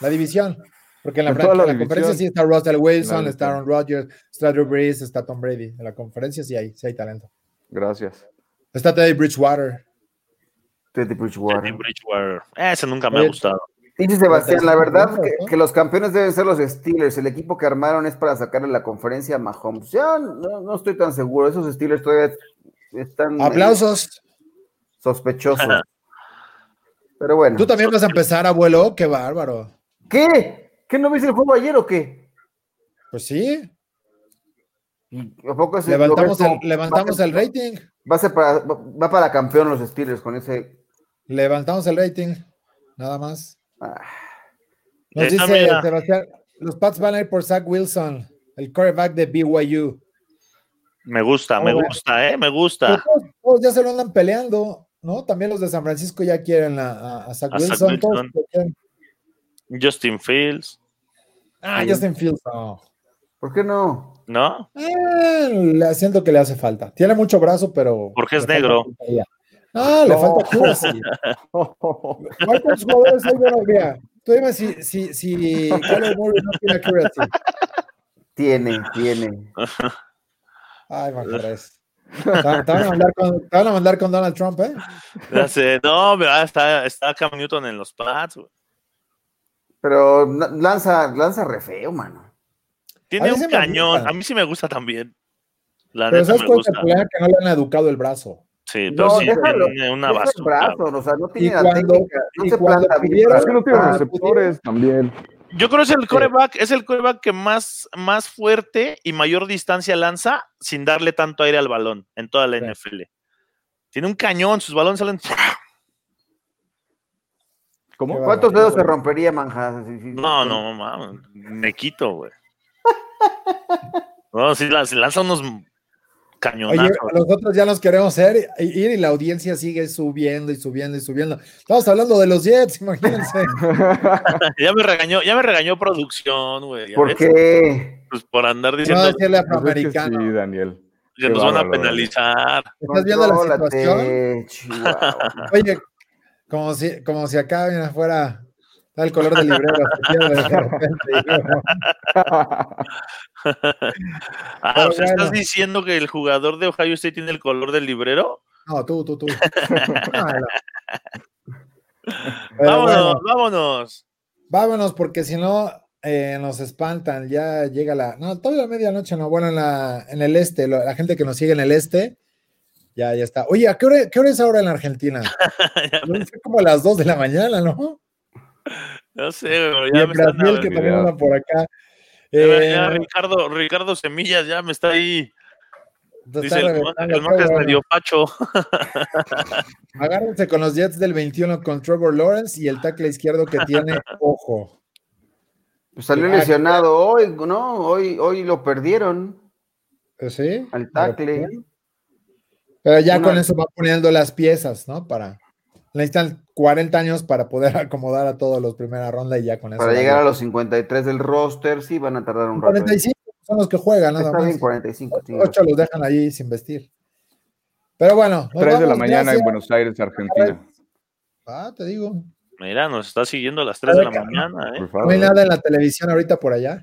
Speaker 1: La división. Porque en la,
Speaker 6: En
Speaker 1: fran-
Speaker 6: toda la
Speaker 1: en la conferencia
Speaker 6: división.
Speaker 1: sí está Russell Wilson,
Speaker 6: La
Speaker 1: está Aaron Rodgers, está Drew Brees, está Tom Brady. En la conferencia sí hay, sí hay talento.
Speaker 6: Gracias.
Speaker 1: Está Teddy Bridgewater.
Speaker 3: Teddy
Speaker 2: Teddy
Speaker 3: Bridgewater.
Speaker 2: Bridgewater. Ese nunca me
Speaker 1: Oye,
Speaker 2: ha gustado.
Speaker 3: Dice Sebastián, la verdad
Speaker 1: Bridgewater,
Speaker 3: que,
Speaker 1: pues, ¿no?
Speaker 3: que los campeones deben ser los Steelers. El equipo que armaron es para sacarle la conferencia a Mahomes. Ya no, no estoy tan seguro. Esos Steelers todavía
Speaker 6: Mm.
Speaker 3: están eh,
Speaker 1: Aplausos.
Speaker 2: *laughs*
Speaker 3: sospechosos. Pero
Speaker 6: Mm.
Speaker 3: bueno.
Speaker 1: Tú también vas a empezar, abuelo. Qué bárbaro.
Speaker 3: ¿Qué? ¿Qué no viste el juego ayer o qué?
Speaker 1: Pues sí,
Speaker 3: ¿Y ¿A poco ese-
Speaker 1: levantamos
Speaker 3: lo ves
Speaker 1: el,
Speaker 3: como-
Speaker 1: levantamos
Speaker 3: va a
Speaker 1: el
Speaker 3: ser-
Speaker 1: rating.
Speaker 3: Va, a ser para, va- va para campeón los Steelers con ese.
Speaker 1: Levantamos el rating. Nada más.
Speaker 3: Ah.
Speaker 1: Nos
Speaker 2: Esa
Speaker 1: dice
Speaker 2: mira.
Speaker 1: Sebastián, los Pats van a ir por Zach Wilson, el quarterback de BYU.
Speaker 2: Me gusta, me
Speaker 1: Ahora-
Speaker 2: gusta, eh, me
Speaker 1: Pero
Speaker 2: gusta.
Speaker 1: Todos, todos ya se lo andan peleando, ¿no? También los de San Francisco ya quieren a, a- a Zach
Speaker 2: A Zach
Speaker 1: Wilson. todos
Speaker 2: Wilson.
Speaker 1: lo quieren.
Speaker 2: Justin Fields,
Speaker 1: Ah, Justin Fields. No.
Speaker 3: ¿Por qué no?
Speaker 2: ¿no?
Speaker 1: Eh, le siento que le hace falta. Tiene mucho brazo, pero.
Speaker 2: Porque es
Speaker 1: le falta
Speaker 2: negro.
Speaker 1: puntería. Ah, le
Speaker 6: No.
Speaker 1: falta accuracy. ¿Cuántos jugadores hay bueno, mira, Tú dime si, si, si Kyler Murray no tiene accuracy.
Speaker 3: Tiene, tiene.
Speaker 1: Ay, Macarés. Te van te van a mandar con- te van a mandar con Donald Trump, ¿eh?
Speaker 2: Ya sé, No, pero ah, está, está Cam Newton en los pads. güey.
Speaker 3: Pero na- lanza, lanza re feo, mano.
Speaker 1: A
Speaker 2: Tiene
Speaker 1: mí
Speaker 2: un
Speaker 1: sí me
Speaker 2: cañón.
Speaker 1: gusta.
Speaker 2: A mí sí me gusta también. La
Speaker 1: Pero
Speaker 2: neta
Speaker 1: ¿sabes
Speaker 2: me
Speaker 1: cuál es el
Speaker 2: gusta.
Speaker 1: problema? Que no le han educado el brazo.
Speaker 2: Sí, pero
Speaker 3: No,
Speaker 2: sí,
Speaker 3: déjalo,
Speaker 2: tiene una
Speaker 3: Deja el
Speaker 2: basura.
Speaker 3: brazo, o sea, no tiene
Speaker 1: Y
Speaker 3: la
Speaker 1: cuando-
Speaker 3: técnica. No
Speaker 1: y
Speaker 3: se
Speaker 1: cuando ah,
Speaker 3: planta bien.
Speaker 1: pudiera-
Speaker 6: Es
Speaker 3: para
Speaker 6: que no tiene
Speaker 3: lanzar.
Speaker 6: receptores también.
Speaker 2: Yo creo que es el coreback, es el coreback que más, más fuerte y mayor distancia lanza sin darle tanto aire al balón en toda la
Speaker 1: Sí.
Speaker 2: NFL. Tiene un cañón, sus balones salen.
Speaker 1: Qué
Speaker 6: ¿Cómo?
Speaker 1: bárbaro.
Speaker 3: ¿Cuántos dedos se rompería, manja? Sí, sí.
Speaker 2: No, no, mames, me quito, güey. *laughs* No, sí, la- sí lanza unos
Speaker 1: Oye,
Speaker 2: cañonazos.
Speaker 1: nosotros ya nos queremos ir, ir y la audiencia sigue subiendo y subiendo y subiendo. Estamos hablando de los Jets, *laughs* imagínense.
Speaker 2: Ya me regañó, ya me regañó producción, güey. ya
Speaker 3: ¿Por
Speaker 2: ves,
Speaker 3: qué?
Speaker 2: pues, por andar
Speaker 1: No
Speaker 2: diciendo
Speaker 1: a decirle
Speaker 6: Pues es que
Speaker 1: afroamericano.
Speaker 6: sí, Daniel.
Speaker 2: que
Speaker 6: qué
Speaker 2: nos van a
Speaker 6: bárbaro, güey.
Speaker 2: penalizar.
Speaker 1: ¿Estás viendo la
Speaker 3: Contrólate,
Speaker 1: situación?
Speaker 3: Chihuahua.
Speaker 1: Oye, como si, como si acá mira, fuera está el color del librero. se pierde de repente.
Speaker 2: Ah,
Speaker 1: Pero
Speaker 2: o sea, ¿estás
Speaker 1: bueno.
Speaker 2: diciendo que el jugador de Ohio State tiene el color del librero?
Speaker 1: No, tú, tú, tú.
Speaker 6: *laughs*
Speaker 1: Ah, no. Pero
Speaker 2: vámonos,
Speaker 1: bueno.
Speaker 2: vámonos.
Speaker 1: Vámonos, porque si no eh, nos espantan. Ya llega la. No, todavía la medianoche, no. Bueno, en, la, en el este, lo- la gente que nos sigue en el este, ya, ya está. Oye, ¿a qué hora, qué hora es ahora en la
Speaker 2: *laughs*
Speaker 1: Argentina? Son como las 2 de la mañana, ¿no?
Speaker 2: No sé, pero
Speaker 1: Y
Speaker 2: ya
Speaker 1: en
Speaker 2: me están
Speaker 1: Brasil, que también
Speaker 6: ya.
Speaker 1: anda por acá.
Speaker 2: Ya me-
Speaker 1: Eh,
Speaker 2: ya Ricardo, Ricardo Semillas ya me está ahí.
Speaker 1: te
Speaker 2: Dice
Speaker 1: está
Speaker 2: el, mon-
Speaker 1: reventando,
Speaker 2: el monje es
Speaker 1: pero
Speaker 2: medio facho.
Speaker 1: bueno, Agárrense con los Jets del 21 con Trevor Lawrence y el tackle izquierdo que
Speaker 2: *laughs*
Speaker 1: tiene, ojo.
Speaker 3: Pues salió lesionado hoy, ¿no? Hoy, hoy lo perdieron
Speaker 1: ¿Sí?
Speaker 3: al tackle.
Speaker 1: Pero ya
Speaker 3: Una-
Speaker 1: con eso va poniendo las piezas, ¿no? Para. Necesitan 40 años para poder *laughs* acomodar a todos los primera ronda y ya con eso.
Speaker 3: Para
Speaker 1: va
Speaker 3: llegar a
Speaker 1: bien.
Speaker 3: los 53 del roster, sí van a tardar un rato.
Speaker 1: 45 son los que juegan, nada
Speaker 3: Está
Speaker 1: más.
Speaker 3: bien, 45. tiene
Speaker 1: 8 los dejan ahí sin vestir. Pero bueno. nos
Speaker 6: 3 de la
Speaker 1: Pues vamos,
Speaker 6: mañana en
Speaker 1: gracias. Pues,
Speaker 6: Buenos Aires, Argentina.
Speaker 1: Ah, te digo.
Speaker 2: Mira, nos está siguiendo a las 3 de la
Speaker 1: Ay, cabrón.
Speaker 2: mañana, ¿eh?
Speaker 6: Por
Speaker 1: No hay
Speaker 6: favor.
Speaker 1: nada en la televisión ahorita por allá.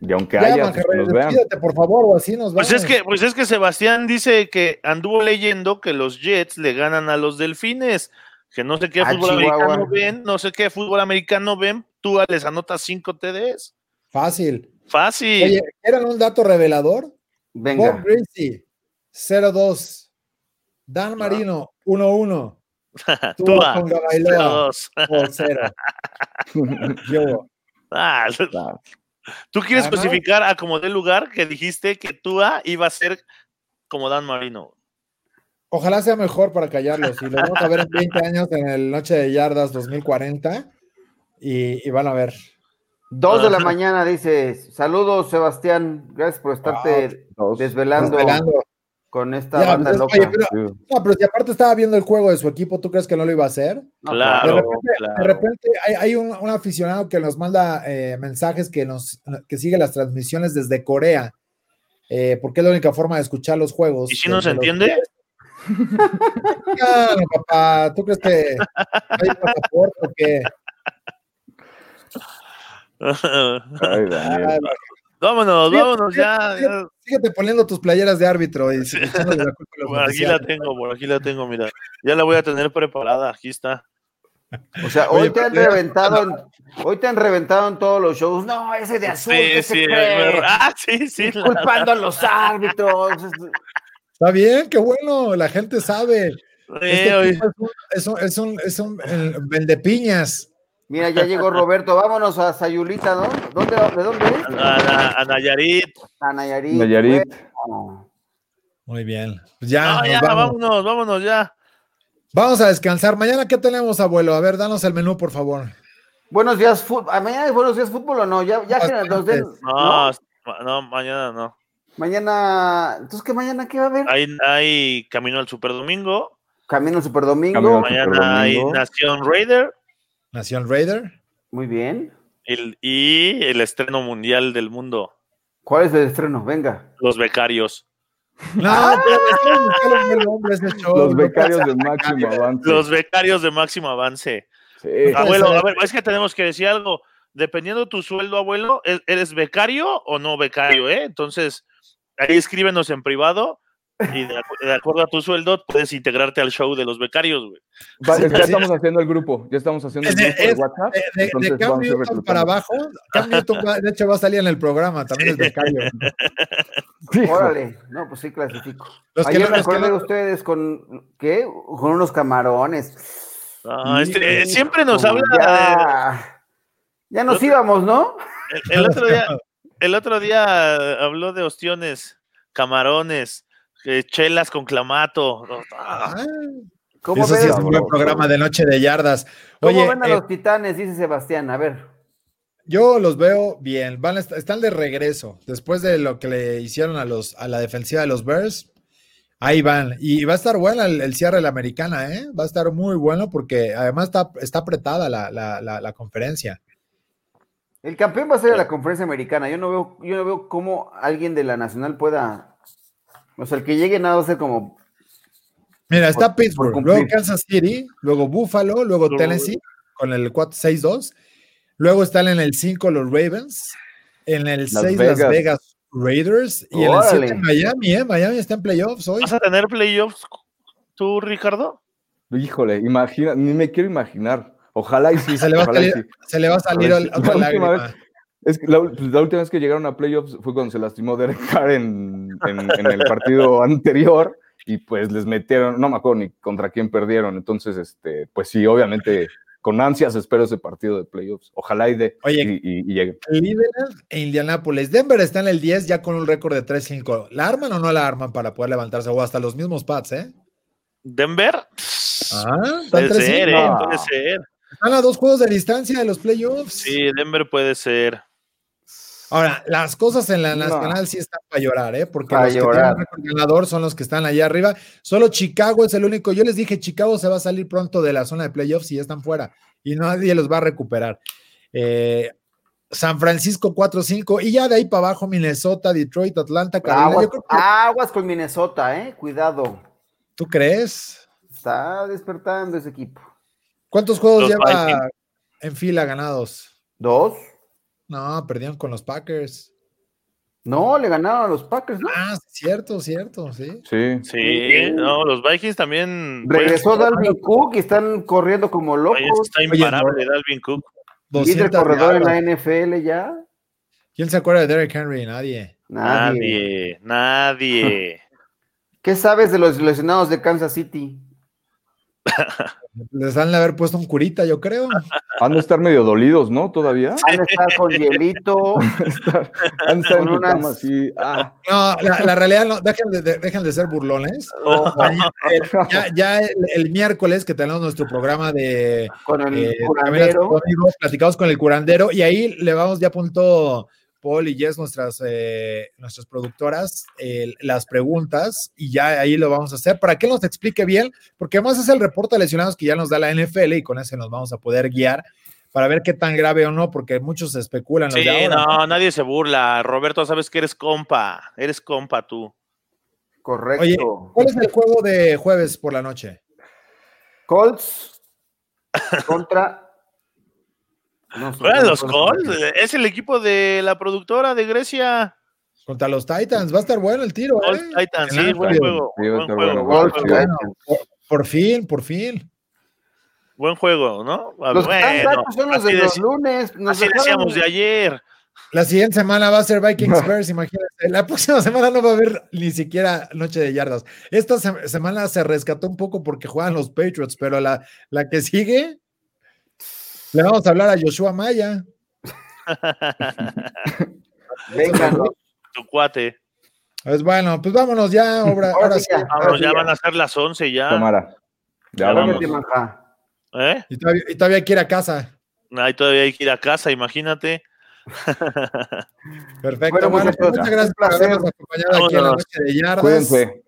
Speaker 6: Y aunque
Speaker 1: Ya,
Speaker 6: haya, pues que
Speaker 1: Manjarres,
Speaker 6: nos vean.
Speaker 1: despídete, por favor, o así nos vamos.
Speaker 2: Pues es, que, pues es que Sebastián dice que anduvo leyendo que los Jets le ganan a los Delfines, que no sé qué
Speaker 3: Ah,
Speaker 2: fútbol
Speaker 3: Chihuahua.
Speaker 2: americano ven, no sé qué fútbol americano ven, tú les anotas 5 TDs.
Speaker 1: Fácil.
Speaker 2: Fácil.
Speaker 1: Oye, ¿eran un dato revelador? Bob
Speaker 3: Venga.
Speaker 1: Gracie, 0-2. Dan Marino, 1-1.
Speaker 6: Ah,
Speaker 2: Tua,
Speaker 1: Tua Bailoa,
Speaker 2: 0-2.
Speaker 1: por 0. *laughs* Yo,
Speaker 2: Ah, *laughs*
Speaker 6: Claro.
Speaker 2: Tú quieres
Speaker 1: Ajá.
Speaker 2: especificar a como del lugar que dijiste que Tua iba a ser como Dan Marino.
Speaker 1: Ojalá sea mejor para callarlos. Y lo vamos a ver en 20 años en el Noche de Yardas 2040. Y, y van a ver.
Speaker 3: Dos de la
Speaker 2: Ajá.
Speaker 3: mañana, dices. Saludos, Sebastián. Gracias por estarte
Speaker 6: Dos.
Speaker 3: desvelando
Speaker 1: Esperando.
Speaker 3: con esta
Speaker 1: Ya,
Speaker 3: banda
Speaker 1: pues,
Speaker 3: loca.
Speaker 1: oye, pero-
Speaker 6: Sí.
Speaker 1: No, pero si aparte estaba viendo el juego de su equipo, ¿tú crees que no lo iba a hacer?
Speaker 3: No,
Speaker 1: Ah, De
Speaker 2: Claro.
Speaker 1: repente, de repente hay, hay un, un aficionado que nos manda eh, mensajes que, nos, que sigue las transmisiones desde Corea, eh, porque es la única forma de escuchar los juegos.
Speaker 2: ¿Y si
Speaker 1: Eh,
Speaker 2: no se
Speaker 1: de los- *laughs*
Speaker 2: entiende?
Speaker 1: Claro, papá, ¿tú crees que hay pasaporte o qué?
Speaker 6: Ay,
Speaker 1: Ah,
Speaker 6: Daniel.
Speaker 2: *laughs* vámonos,
Speaker 1: Sí,
Speaker 2: vámonos
Speaker 1: sí,
Speaker 2: ya.
Speaker 1: sí.
Speaker 2: ya.
Speaker 1: Síguete poniendo tus playeras de árbitro y echándole la culpa a
Speaker 2: *laughs*
Speaker 1: los
Speaker 2: Por aquí la
Speaker 1: oficiales.
Speaker 2: tengo, por aquí la tengo, mira. Ya la voy a tener preparada, aquí está.
Speaker 3: O sea,
Speaker 1: Oye,
Speaker 3: hoy te han
Speaker 1: pero-
Speaker 3: reventado, en, hoy te han reventado en todos los shows. No, ese de azul,
Speaker 2: Sí,
Speaker 3: que
Speaker 2: sí,
Speaker 3: se cree,
Speaker 2: me- ah, sí, sí. la-
Speaker 3: culpando a los árbitros.
Speaker 1: Está bien, qué bueno, la gente sabe. Este
Speaker 2: eh, oye,
Speaker 1: equipo es un, es un, es un, es un vendepiñas.
Speaker 3: Mira, ya llegó Roberto. Vámonos a Sayulita, ¿no? ¿Dónde, ¿De dónde
Speaker 2: a,
Speaker 3: es?
Speaker 2: a- a Nayarit.
Speaker 3: A Nayarit.
Speaker 6: Nayarit.
Speaker 3: bueno.
Speaker 1: Muy bien. Pues ya,
Speaker 2: No,
Speaker 3: Ah,
Speaker 1: nos
Speaker 2: ya,
Speaker 1: vamos.
Speaker 2: vámonos, vámonos ya.
Speaker 1: Vamos a descansar. Mañana, ¿qué tenemos, abuelo? A ver, danos el menú, por favor.
Speaker 3: Buenos días, fútbol. ¿Mañana es buenos días, fútbol o no? Ya, ya que nos den.
Speaker 2: No,
Speaker 3: ¿no?
Speaker 2: ma- no, mañana no.
Speaker 3: Mañana. Entonces, ¿qué mañana qué va a haber?
Speaker 2: Hay, hay Camino al Superdomingo.
Speaker 3: Camino al Superdomingo.
Speaker 6: Camino al-
Speaker 2: Mañana hay
Speaker 6: Superdomingo.
Speaker 2: Nación Raider.
Speaker 1: Nación Raider.
Speaker 3: Muy bien.
Speaker 2: El- y el estreno mundial del mundo,
Speaker 3: ¿Cuál es el estreno? Venga.
Speaker 2: Los Becarios.
Speaker 1: No,
Speaker 2: Ah.
Speaker 1: pero es el hombre ese show.
Speaker 6: Los
Speaker 1: No
Speaker 6: becarios
Speaker 1: pasa.
Speaker 6: de máximo avance.
Speaker 2: Los Becarios de máximo avance.
Speaker 6: Sí.
Speaker 1: Ah,
Speaker 2: Abuelo,
Speaker 1: esa-
Speaker 2: a ver, es que tenemos que decir algo. Dependiendo tu sueldo, abuelo, ¿e- ¿eres becario o no becario? Eh? Entonces, ahí escríbenos en privado y de, acu- de acuerdo a tu sueldo puedes integrarte al show de los becarios, güey.
Speaker 6: Va,
Speaker 1: Sí,
Speaker 6: ya
Speaker 1: sí.
Speaker 6: estamos haciendo el grupo. Ya estamos haciendo el
Speaker 1: Es-
Speaker 6: grupo de
Speaker 1: es-
Speaker 6: WhatsApp.
Speaker 1: De, de- de
Speaker 6: entonces
Speaker 1: Cam
Speaker 6: vamos a ir
Speaker 1: Newton para
Speaker 6: reclutando.
Speaker 1: abajo, Cam Newton va- de hecho va a salir en el programa, también es becario.
Speaker 6: Sí,
Speaker 3: Órale, no, pues sí clasifico.
Speaker 1: Los que
Speaker 3: Ayer
Speaker 1: no-
Speaker 3: me
Speaker 1: los que
Speaker 3: acordé
Speaker 1: no-
Speaker 3: de ustedes con ¿qué? Con unos camarones.
Speaker 2: Ah, este, eh, siempre nos habla. de-
Speaker 3: Ya, ya nos íbamos, ¿no?
Speaker 2: el, el otro día, el otro día eh, habló de ostiones, camarones, eh, chelas con clamato. Ah,
Speaker 1: Ah,
Speaker 3: ¿Cómo,
Speaker 1: Eso sí
Speaker 3: ven,
Speaker 1: es un buen programa de noche de yardas.
Speaker 3: cómo
Speaker 1: Oye,
Speaker 3: ven a
Speaker 1: eh,
Speaker 3: los titanes? Dice Sebastián. A ver,
Speaker 1: yo los veo bien. Van a est- están de regreso. Después de lo que le hicieron a los a la defensiva de los Bears, ahí van. Y va a estar buena el, el cierre de la americana, ¿eh? Va a estar muy bueno porque además está, está apretada la, la- la- la conferencia.
Speaker 3: el campeón va a ser
Speaker 1: Eh.
Speaker 3: de la conferencia americana. Yo no veo, yo no veo cómo alguien de la nacional pueda. O sea, el que llegue nada va a ser como.
Speaker 1: Mira, está
Speaker 3: por
Speaker 1: Pittsburgh,
Speaker 3: cumplir.
Speaker 1: luego Kansas City, luego Buffalo, luego
Speaker 2: Luego-
Speaker 1: Tennessee con el 4-6-2. Luego están en el 5 los Ravens, en el
Speaker 6: Las
Speaker 1: 6 Las
Speaker 6: Vegas.
Speaker 1: Vegas Raiders y en el
Speaker 3: Órale.
Speaker 1: 7 Miami, ¿eh? Miami está en playoffs hoy.
Speaker 2: ¿Vas a tener playoffs tú, Ricardo?
Speaker 6: Híjole, imagina, ni me quiero imaginar. Ojalá y sí.
Speaker 1: Se le va a
Speaker 6: ojalá y
Speaker 1: salir-
Speaker 6: sí.
Speaker 1: Se le va a salir
Speaker 6: A ver,
Speaker 1: al- otra
Speaker 6: la última
Speaker 1: lágrima.
Speaker 6: Es que la, ul- pues, la última vez que llegaron a playoffs fue cuando se lastimó Derek Carr en, en- en el partido anterior y pues les metieron, no me acuerdo ni contra quién perdieron. Entonces, este, pues sí, obviamente con ansias espero ese partido de playoffs. Ojalá y de
Speaker 1: Oye.
Speaker 6: y, y- y llegue.
Speaker 1: Cleveland e Indianapolis. Denver está en el 10 ya con un récord de 3-5. ¿La arman o no la arman para poder levantarse? O hasta los mismos Pats, ¿eh?
Speaker 2: Denver.
Speaker 1: Ah, están
Speaker 2: Puede
Speaker 1: 3-5.
Speaker 2: ser, ¿eh?
Speaker 6: No.
Speaker 2: Puede ser.
Speaker 1: Están a dos juegos de distancia de los playoffs.
Speaker 2: Sí, Denver puede ser.
Speaker 1: Ahora, las cosas en la
Speaker 6: No.
Speaker 1: nacional sí están para llorar, ¿eh? Porque
Speaker 3: Pa'
Speaker 1: los
Speaker 3: llorar.
Speaker 1: que tienen récord ganador son los que están allá arriba. Solo Chicago es el único. Yo les dije, Chicago se va a salir pronto de la zona de playoffs y ya están fuera. Y nadie los va a recuperar. Eh, San Francisco 4-5 y ya de ahí para abajo Minnesota, Detroit, Atlanta, Carolina.
Speaker 3: Aguas,
Speaker 1: Yo creo que-
Speaker 3: aguas con Minnesota, ¿eh? Cuidado.
Speaker 1: ¿Tú crees?
Speaker 3: Está despertando ese equipo.
Speaker 1: ¿Cuántos juegos
Speaker 2: Los
Speaker 1: lleva
Speaker 2: Vikings.
Speaker 1: en fila ganados?
Speaker 3: ¿Dos?
Speaker 1: No, perdieron con los Packers.
Speaker 3: No, le ganaron a los Packers, ¿no?
Speaker 1: Ah, cierto, cierto, sí.
Speaker 6: Sí.
Speaker 2: Sí, no, los Vikings también. pues,
Speaker 3: Regresó Dalvin Cook y están corriendo como
Speaker 2: oye,
Speaker 3: locos.
Speaker 2: Está
Speaker 1: Oye,
Speaker 2: imparable Dalvin Cook.
Speaker 3: Líder
Speaker 1: 200
Speaker 3: corredor en
Speaker 1: yardas.
Speaker 3: la NFL ya.
Speaker 1: ¿Quién se acuerda de Derrick Henry? Nadie.
Speaker 2: Nadie,
Speaker 3: Nadie. *laughs*
Speaker 2: nadie.
Speaker 3: ¿Qué sabes de los lesionados de Kansas City?
Speaker 1: Les han de haber puesto un curita, yo creo.
Speaker 6: Han de estar medio dolidos, ¿no? Todavía.
Speaker 3: Van a estar
Speaker 2: *laughs*
Speaker 3: con hielito.
Speaker 6: Han de estar en
Speaker 3: Con
Speaker 6: tu
Speaker 3: unas-
Speaker 6: cama así. Ah,
Speaker 1: No, la, la realidad, no, dejen, de, de- dejen de ser burlones.
Speaker 2: Oh.
Speaker 3: o-
Speaker 1: Mañana, eh, Ya, ya el, el miércoles que tenemos nuestro programa de
Speaker 3: con el
Speaker 1: eh,
Speaker 3: curandero.
Speaker 1: Caminos Conmigo, platicamos con el curandero y ahí le vamos ya apuntó Paul y Jess, nuestras, eh, nuestras productoras, eh, las preguntas y ya ahí lo vamos a hacer para que nos explique bien, porque además es el reporte de lesionados que ya nos da la NFL y con ese nos vamos a poder guiar para ver qué tan grave o no, porque muchos especulan. los de
Speaker 2: Sí,
Speaker 1: ahora,
Speaker 2: no, nadie se burla. Roberto, sabes que eres compa. Eres compa tú.
Speaker 3: Correcto.
Speaker 1: Oye, ¿Cuál es el juego de jueves por la noche?
Speaker 3: Colts
Speaker 2: *laughs*
Speaker 3: contra. No sé,
Speaker 2: Juegan
Speaker 3: no
Speaker 2: los
Speaker 3: sé.
Speaker 2: Colts. Es el equipo de la productora de Grecia.
Speaker 1: Contra los Titans. Va a estar bueno el tiro. ¿eh?
Speaker 2: Colts Titans, sí,
Speaker 1: Atlanta.
Speaker 2: buen
Speaker 6: Titans.
Speaker 2: juego.
Speaker 6: Sí, va a
Speaker 2: Buen
Speaker 6: estar
Speaker 2: juego,
Speaker 6: bueno,
Speaker 2: buen
Speaker 3: Colts,
Speaker 2: juego,
Speaker 3: Titans.
Speaker 1: Por fin, por fin.
Speaker 2: buen juego, ¿no? Ah,
Speaker 3: Los que están
Speaker 2: Bueno,
Speaker 3: flacos son los
Speaker 2: así
Speaker 3: de los
Speaker 2: deci-
Speaker 3: lunes. Nos
Speaker 2: Así
Speaker 3: dejaron-
Speaker 2: decíamos de
Speaker 3: *laughs*
Speaker 2: ayer. *laughs*
Speaker 1: La siguiente semana va a ser Vikings Bears, imagínense. La próxima semana no va a haber ni siquiera noche de yardas. Esta se- semana se rescató un poco porque juegan los Patriots, pero la, la que sigue, le vamos a hablar a Joshua Maya.
Speaker 3: Venga, ¿no?
Speaker 2: Tu cuate.
Speaker 1: Pues bueno, pues vámonos ya, obra-
Speaker 3: Ahora
Speaker 1: ahora sí.
Speaker 3: sí ya.
Speaker 2: Vámonos,
Speaker 3: Ahora sí
Speaker 2: ya
Speaker 3: ya.
Speaker 2: van a ser las 11 ya.
Speaker 6: cámara. Ya
Speaker 2: Ah, Ya
Speaker 6: vamos.
Speaker 3: Órale, Maja.
Speaker 2: ¿Eh?
Speaker 1: Y todavía, y todavía quiere a casa.
Speaker 2: Ahí todavía hay que ir a casa, imagínate.
Speaker 1: Perfecto.
Speaker 3: Bueno,
Speaker 1: Bueno,
Speaker 3: muchachos,
Speaker 1: pues muchas gracias por
Speaker 3: un placer.
Speaker 1: habernos acompañado aquí en la
Speaker 2: Vámonos.
Speaker 1: noche de yardas.
Speaker 6: Cuídense.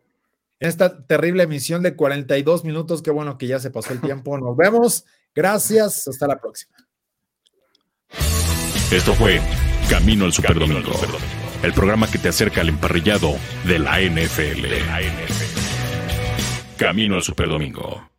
Speaker 1: esta terrible emisión de 42 minutos. Qué bueno que ya se pasó el tiempo. Nos vemos. Gracias. Hasta la próxima.
Speaker 4: Esto fue Camino al Superdomingo, el programa que te acerca al emparrillado de la NFL. Camino al Superdomingo.